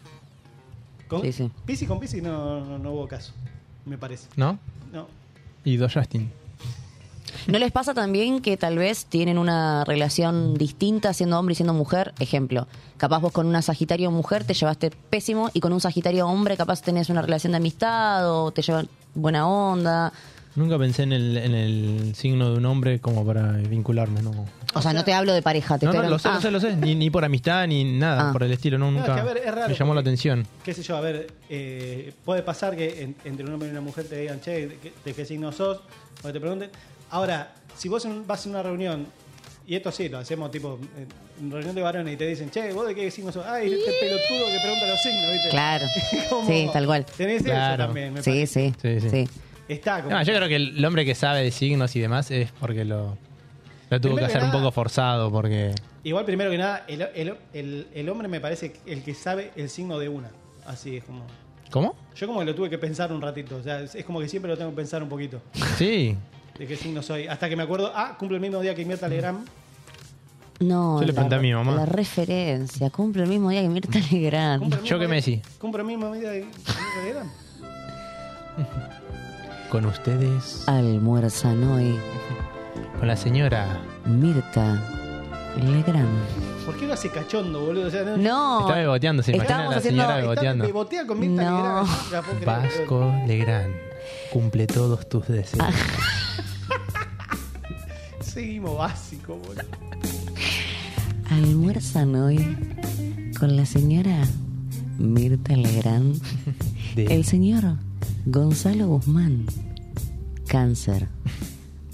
Speaker 3: ¿Con,
Speaker 4: Sí, sí.
Speaker 3: Pisces con Pisces no, no, no hubo caso, me parece.
Speaker 4: ¿No?
Speaker 3: No.
Speaker 4: Y dos Justin.
Speaker 5: ¿No les pasa también que tal vez tienen una relación distinta siendo hombre y siendo mujer? Ejemplo, capaz vos con una Sagitario mujer te llevaste pésimo y con un Sagitario hombre capaz tenés una relación de amistad o te llevan buena onda.
Speaker 4: Nunca pensé en el, en el signo de un hombre como para vincularme, ¿no.
Speaker 5: O sea, no te hablo de pareja, te
Speaker 4: No,
Speaker 5: estoy
Speaker 4: no, lo
Speaker 5: hablando-
Speaker 4: sé,
Speaker 5: Ah,
Speaker 4: lo sé, lo sé. Ni, ni por amistad, ni nada por el estilo. No,
Speaker 3: Ah. No, es
Speaker 4: nunca
Speaker 3: que, a ver, es raro
Speaker 4: me llamó la atención.
Speaker 3: Qué sé yo, a ver, eh, puede pasar que en- entre un hombre y una mujer te digan, che, ¿de qué, de qué signo sos? O que te pregunten. Ahora, si vos en- vas a una reunión, y esto sí, lo hacemos tipo en- en reunión de varones, y te dicen, che, ¿vos de qué signo sos? Ay, este pelotudo que pregunta los signos, ¿viste?
Speaker 5: Ah, Claro.
Speaker 3: Como-
Speaker 5: Sí, tal cual.
Speaker 3: Tenés eso también, me
Speaker 5: sí,
Speaker 3: parece.
Speaker 5: sí, sí,
Speaker 3: Está como...
Speaker 4: No, yo creo que el hombre que sabe de signos y demás es porque lo, lo tuvo
Speaker 3: Primero que
Speaker 4: que hacer un
Speaker 3: nada-
Speaker 4: poco forzado, porque...
Speaker 3: Igual, primero que nada, el, el- el- el hombre me parece el que sabe el signo de una. Así es como.
Speaker 4: ¿Cómo?
Speaker 3: Yo como que lo tuve que pensar un ratito. O sea, es es como que siempre lo tengo que pensar un poquito.
Speaker 4: Sí.
Speaker 3: De qué signo soy. Hasta que me acuerdo. Ah, cumple el mismo día que Mirta Legrand.
Speaker 5: No,
Speaker 4: Yo le
Speaker 5: la-
Speaker 4: pregunté a mi mamá.
Speaker 5: La referencia, cumple el mismo día que Mirta Legrand.
Speaker 4: Yo que Messi.
Speaker 3: Cumple el mismo día que Mirta Legrand.
Speaker 4: Con ustedes,
Speaker 5: Almuerzan hoy
Speaker 4: con la señora.
Speaker 5: Mirta Legrand.
Speaker 3: ¿Por qué lo hace cachondo, boludo? O sea, no.
Speaker 5: No.
Speaker 4: Estaba beboteando, se imagina
Speaker 5: Estábamos
Speaker 4: la
Speaker 5: haciendo-
Speaker 4: señora beboteando.
Speaker 3: Está- bebotea con Mirta
Speaker 5: No.
Speaker 3: Legrand. No la puedo creer, boludo.
Speaker 4: Vasco Legrand, cumple todos tus deseos.
Speaker 3: Seguimos básico, boludo.
Speaker 5: Almuerzan hoy con la señora Mirta Legrand,
Speaker 4: De-
Speaker 5: el señor Gonzalo Guzmán, cáncer,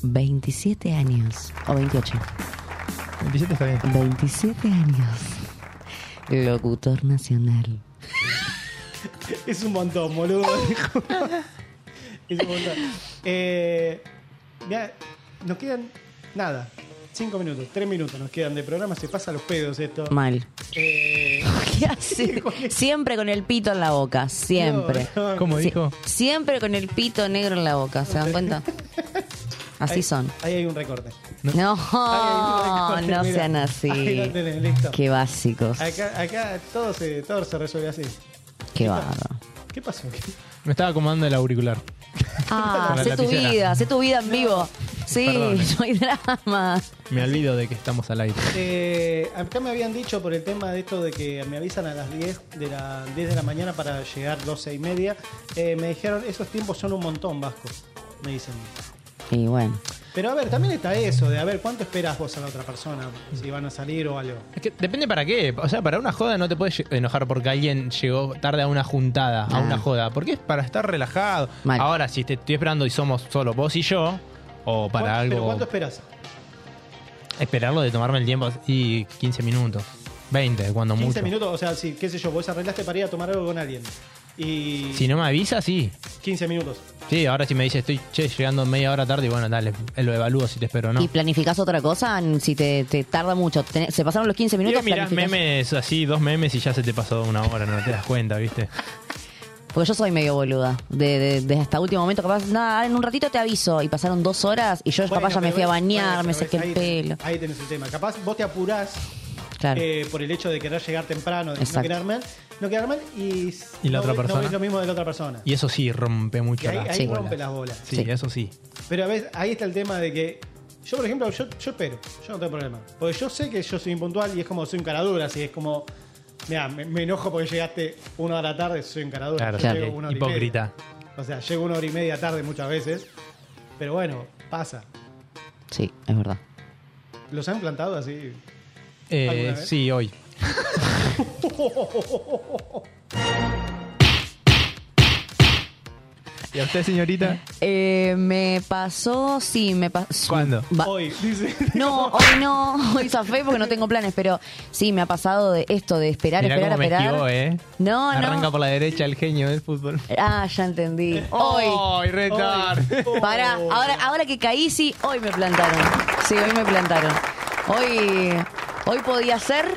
Speaker 5: 27 años. O 28.
Speaker 4: 27 está bien.
Speaker 5: 27 años. Locutor nacional.
Speaker 3: Es un montón, boludo. es un montón. Eh, mirá, nos quedan nada. Cinco minutos, tres minutos nos quedan de programa. Se pasa a los pedos esto.
Speaker 5: Mal.
Speaker 3: Eh,
Speaker 5: ¿Qué hace? Siempre con el pito en la boca, siempre.
Speaker 3: No, no. ¿Cómo
Speaker 5: Sí,
Speaker 3: dijo?
Speaker 5: Siempre con el pito negro en la boca, ¿se dan cuenta? Así
Speaker 3: ahí-
Speaker 5: son.
Speaker 3: Ahí hay un recorte.
Speaker 5: No,
Speaker 3: Ahí hay un recorte,
Speaker 5: Oh, no
Speaker 3: mirá.
Speaker 5: sean
Speaker 3: Ahí lo
Speaker 5: así.
Speaker 3: tenés, listo.
Speaker 5: Qué básicos.
Speaker 3: Acá, acá todo, se, todo se resuelve así.
Speaker 5: Qué bárbaro.
Speaker 3: ¿Qué pasó?
Speaker 4: Me estaba acomodando el auricular.
Speaker 5: Ah,
Speaker 4: Con la
Speaker 5: sé tu
Speaker 4: lapicera.
Speaker 5: vida, sé tu vida en vivo. Sí,
Speaker 4: Perdón.
Speaker 5: no hay drama.
Speaker 4: Me olvido de que estamos al aire.
Speaker 3: Eh, acá me habían dicho por el tema de esto de que me avisan a las 10 de la, 10 de la mañana para llegar 12 y media. Eh, me dijeron, esos tiempos son un montón, Vasco. Me dicen.
Speaker 5: Y bueno.
Speaker 3: Pero a ver, también está eso de a ver cuánto esperas vos a la otra persona, si van a salir o algo.
Speaker 4: Es que depende para qué. O sea, para una joda no te puedes lle- enojar porque alguien llegó tarde a una juntada, a
Speaker 5: Ah.
Speaker 4: una joda. Porque es para estar relajado.
Speaker 5: Mal.
Speaker 4: Ahora, si te estoy esperando y somos solo vos y yo, o para
Speaker 3: ¿Cuánto- ¿Pero
Speaker 4: algo.
Speaker 3: cuánto esperas?
Speaker 4: Esperarlo de tomarme el tiempo y 15 minutos. 20, cuando
Speaker 3: 15
Speaker 4: mucho.
Speaker 3: minutos, o sea, si, qué sé yo, vos arreglaste para ir a tomar algo con alguien. Y
Speaker 4: Si no me avisa, sí.
Speaker 3: 15 minutos.
Speaker 4: Sí, ahora si me dice estoy che, llegando media hora tarde, y bueno, dale, eh, lo evalúo si te espero o no.
Speaker 5: ¿Y planificás otra cosa? Si te, te tarda mucho. Tenés- ¿Se pasaron los 15 minutos?
Speaker 4: Mirás mirás
Speaker 5: planificás-
Speaker 4: memes así, dos memes y ya se te pasó una hora, no te das cuenta, ¿viste?
Speaker 5: Porque yo soy medio boluda. De, de- de hasta último momento, capaz, nada, en un ratito te aviso. Y pasaron dos horas y yo
Speaker 3: Bueno,
Speaker 5: capaz ya me
Speaker 3: pero
Speaker 5: fui a
Speaker 3: ves-
Speaker 5: bañar,
Speaker 3: bueno,
Speaker 5: me
Speaker 3: pero ves,
Speaker 5: sequé el
Speaker 3: ahí
Speaker 5: pelo.
Speaker 3: tenés- Ahí tenés el tema. Capaz vos te apurás
Speaker 5: Claro.
Speaker 3: eh, por el hecho de querer llegar temprano, de no
Speaker 4: Exacto.
Speaker 3: quedar mal, no quedar mal y,
Speaker 4: Y
Speaker 3: no
Speaker 4: la otra
Speaker 3: ve- no
Speaker 4: persona.
Speaker 3: ves lo mismo de la otra persona.
Speaker 4: Y eso sí rompe
Speaker 3: Y
Speaker 4: mucho
Speaker 3: ahí-
Speaker 4: las
Speaker 3: ahí
Speaker 4: bolas.
Speaker 3: rompe las bolas.
Speaker 4: Sí,
Speaker 3: Sí.
Speaker 4: eso sí.
Speaker 3: Pero a veces ahí está el tema de que yo, por ejemplo, yo, yo espero, yo no tengo problema. Porque yo sé que yo soy impuntual y es como soy un caradura, así es como, mira, me, me enojo porque llegaste una hora tarde, soy un caradura.
Speaker 4: Claro,
Speaker 3: Yo
Speaker 4: claro.
Speaker 3: llego una hora y
Speaker 4: Hipócrita.
Speaker 3: media. O sea, llego una hora y media tarde muchas veces, pero bueno, pasa.
Speaker 5: Sí, es verdad.
Speaker 3: ¿Los han plantado así?
Speaker 4: Eh,
Speaker 3: ¿Alguna vez?
Speaker 4: sí, hoy. ¿Y a usted, señorita?
Speaker 5: Eh, me pasó, sí, me pasó.
Speaker 4: ¿Cuándo?
Speaker 3: Hoy, dice.
Speaker 5: No, hoy no, hoy zafé porque no tengo planes, pero sí, me ha pasado de esto, de esperar,
Speaker 4: Mirá
Speaker 5: esperar,
Speaker 4: cómo me
Speaker 5: esperar.
Speaker 4: esquivó, ¿eh?
Speaker 5: No, no.
Speaker 4: Arranca por la derecha el genio del fútbol.
Speaker 5: Ah, ya entendí. Hoy.
Speaker 3: Oh.
Speaker 4: ¡Ay, retar!
Speaker 5: Pará, ahora, ahora que caí, sí, hoy me plantaron. Sí, hoy me plantaron. Hoy, hoy podía ser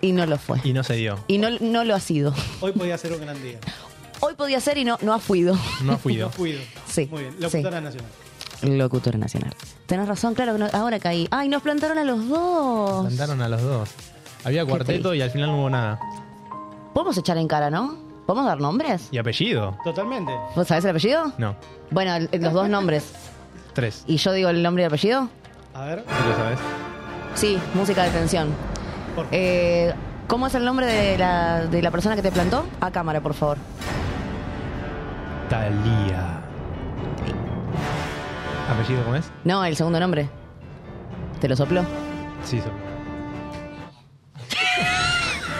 Speaker 5: y no lo fue.
Speaker 4: Y no se dio.
Speaker 5: Y no, no lo ha sido.
Speaker 3: Hoy podía ser un gran día.
Speaker 5: Hoy podía ser y no, no ha sido.
Speaker 4: No fuido.
Speaker 3: No cuido.
Speaker 5: Sí,
Speaker 3: Muy bien,
Speaker 5: sí.
Speaker 3: locutora nacional.
Speaker 5: Locutor nacional. Tenés razón, claro que no- ahora caí. Ay, nos plantaron a los dos.
Speaker 4: Cantaron a los dos. Había cuarteto y al final no hubo nada.
Speaker 5: Podemos echar en cara, ¿no? ¿Podemos dar nombres?
Speaker 4: ¿Y apellido?
Speaker 3: Totalmente.
Speaker 5: ¿Vos sabés el apellido?
Speaker 4: No.
Speaker 5: Bueno, el- los dos nombres.
Speaker 4: Tres.
Speaker 5: ¿Y yo digo el nombre y el apellido?
Speaker 3: A ver.
Speaker 4: ¿Tú lo sabes?
Speaker 5: Sí, música de tensión. Eh, ¿Cómo es el nombre de la, de la persona que te plantó? A cámara, por favor.
Speaker 4: Talía. ¿Apellido cómo es?
Speaker 5: No, el segundo nombre. ¿Te lo sopló?
Speaker 4: Sí, soy.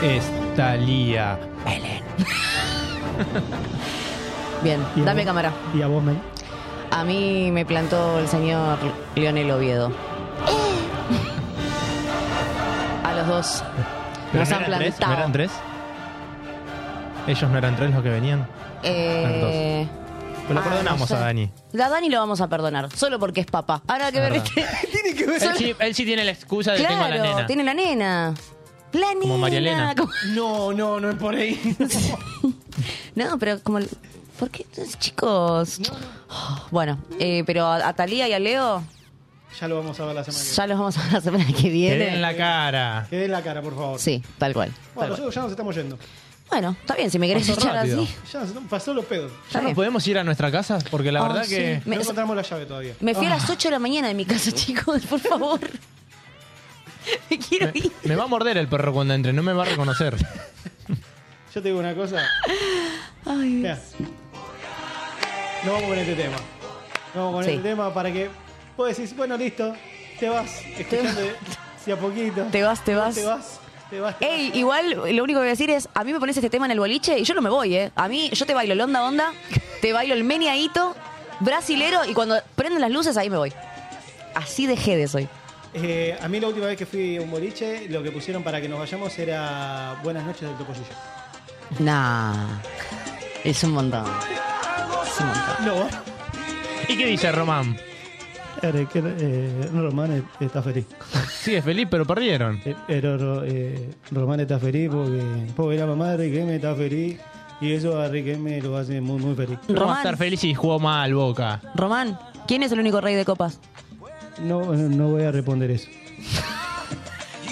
Speaker 4: Es Talía.
Speaker 5: Bien, dame cámara.
Speaker 3: ¿Y a vos, me?
Speaker 5: A mí me plantó el señor Leonel Oviedo. A los dos.
Speaker 4: ¿Pero
Speaker 5: Nos
Speaker 4: no
Speaker 5: han
Speaker 4: eran tres? ¿No
Speaker 5: plantado.
Speaker 4: eran tres? ¿Ellos no eran tres los que venían?
Speaker 5: Eh,
Speaker 4: Pues lo
Speaker 5: ah,
Speaker 4: perdonamos
Speaker 5: no sé.
Speaker 4: a Dani.
Speaker 5: La Dani lo vamos a perdonar, solo porque es papá. Ahora que
Speaker 4: Es
Speaker 5: ver, este
Speaker 4: verdad.
Speaker 5: ¿viste? Tiene que
Speaker 4: Él sí, él sí tiene la excusa de tengo a la nena.
Speaker 5: tiene la nena. La nena.
Speaker 4: Como María Elena.
Speaker 5: como-
Speaker 3: No, no, no es por ahí.
Speaker 5: No, pero como... el- ¿Por qué? Chicos. Oh, Bueno, eh, pero a, a Talía y a Leo
Speaker 3: ya lo vamos a ver la semana que viene.
Speaker 5: ya los vamos a ver la semana que
Speaker 4: Que den en
Speaker 5: viene.
Speaker 4: la cara.
Speaker 3: Que den la cara, por favor.
Speaker 5: Sí, tal cual.
Speaker 3: Bueno, nosotros ya nos estamos yendo.
Speaker 5: Bueno, está bien, si me querés
Speaker 4: Pasó
Speaker 5: echar
Speaker 4: rápido.
Speaker 5: así.
Speaker 3: Ya nos pasó los pedos.
Speaker 5: está
Speaker 4: ¿Ya nos
Speaker 5: bien.
Speaker 4: podemos ir a nuestra casa? Porque la
Speaker 5: Oh,
Speaker 4: verdad
Speaker 5: sí.
Speaker 4: que...
Speaker 5: Me-
Speaker 3: no encontramos la llave todavía.
Speaker 5: Me fui a
Speaker 4: Ah.
Speaker 5: las 8 de la mañana de mi casa, chicos, por favor. Me quiero ir.
Speaker 4: Me va a morder el perro cuando entre, no me va a reconocer.
Speaker 3: Yo te digo una cosa.
Speaker 5: Ay,
Speaker 3: Mira. No vamos con este tema. No vamos con
Speaker 5: Sí.
Speaker 3: este tema para que vos decís, bueno, listo, te vas escuchando de- si a poquito.
Speaker 5: Te vas, te vas.
Speaker 3: Te vas, te vas. te
Speaker 5: Ey, igual lo único que voy a decir es, a mí me pones este tema en el boliche y yo no me voy, ¿eh? A mí, yo te bailo el onda onda, te bailo el meniaito brasilero y cuando prenden las luces ahí me voy.
Speaker 3: vas.
Speaker 5: Así de Jede soy.
Speaker 3: Eh, a mí la última vez que fui a un boliche, lo que pusieron para que nos vayamos era Buenas noches del Topollillo.
Speaker 5: Nah. Es un montón. Es un montón.
Speaker 3: No.
Speaker 4: ¿Y qué dice Román?
Speaker 3: Román eh, está feliz.
Speaker 4: Sí, es feliz, pero perdieron.
Speaker 3: Eh, Pero eh, Román está feliz porque, porque la mamá de Riquelme está feliz y eso a Riquelme lo hace muy, muy feliz.
Speaker 4: ¿Cómo va a estar feliz si jugó mal Boca?
Speaker 5: Román, ¿quién es el único rey de copas?
Speaker 3: No, no voy a responder eso.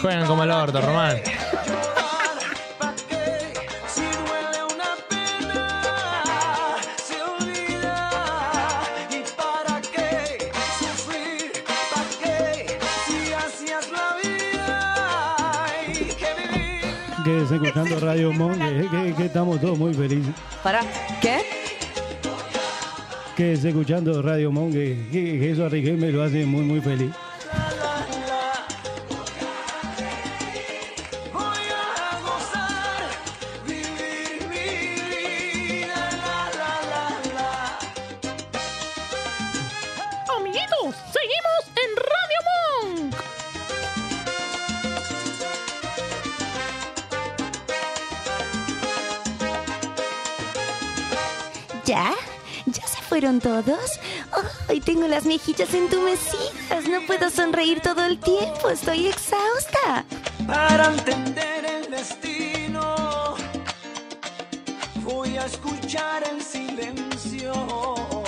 Speaker 4: Juegan como el orto, Román.
Speaker 7: Si duele una pena, se olvida. ¿Y para qué sufrir? ¿Para qué? Si así es la vida, hay que vivir.
Speaker 3: Quédese escuchando Radio Monk, que, que- que estamos todos muy felices.
Speaker 5: ¿Para qué?
Speaker 3: Quédese escuchando Radio Monk, que, que- que eso a Riquelme lo hace muy, muy feliz.
Speaker 7: Voy a gozar, vivir mi vida. La, la, la, la.
Speaker 12: Amiguitos, seguimos en Radio Monk.
Speaker 13: ¿Ya? ¿Ya se fueron todos? Ay, tengo las mejillas entumecidas. No puedo sonreír todo el tiempo. Estoy exhausta.
Speaker 7: Para entender el destino, voy a escuchar el silencio.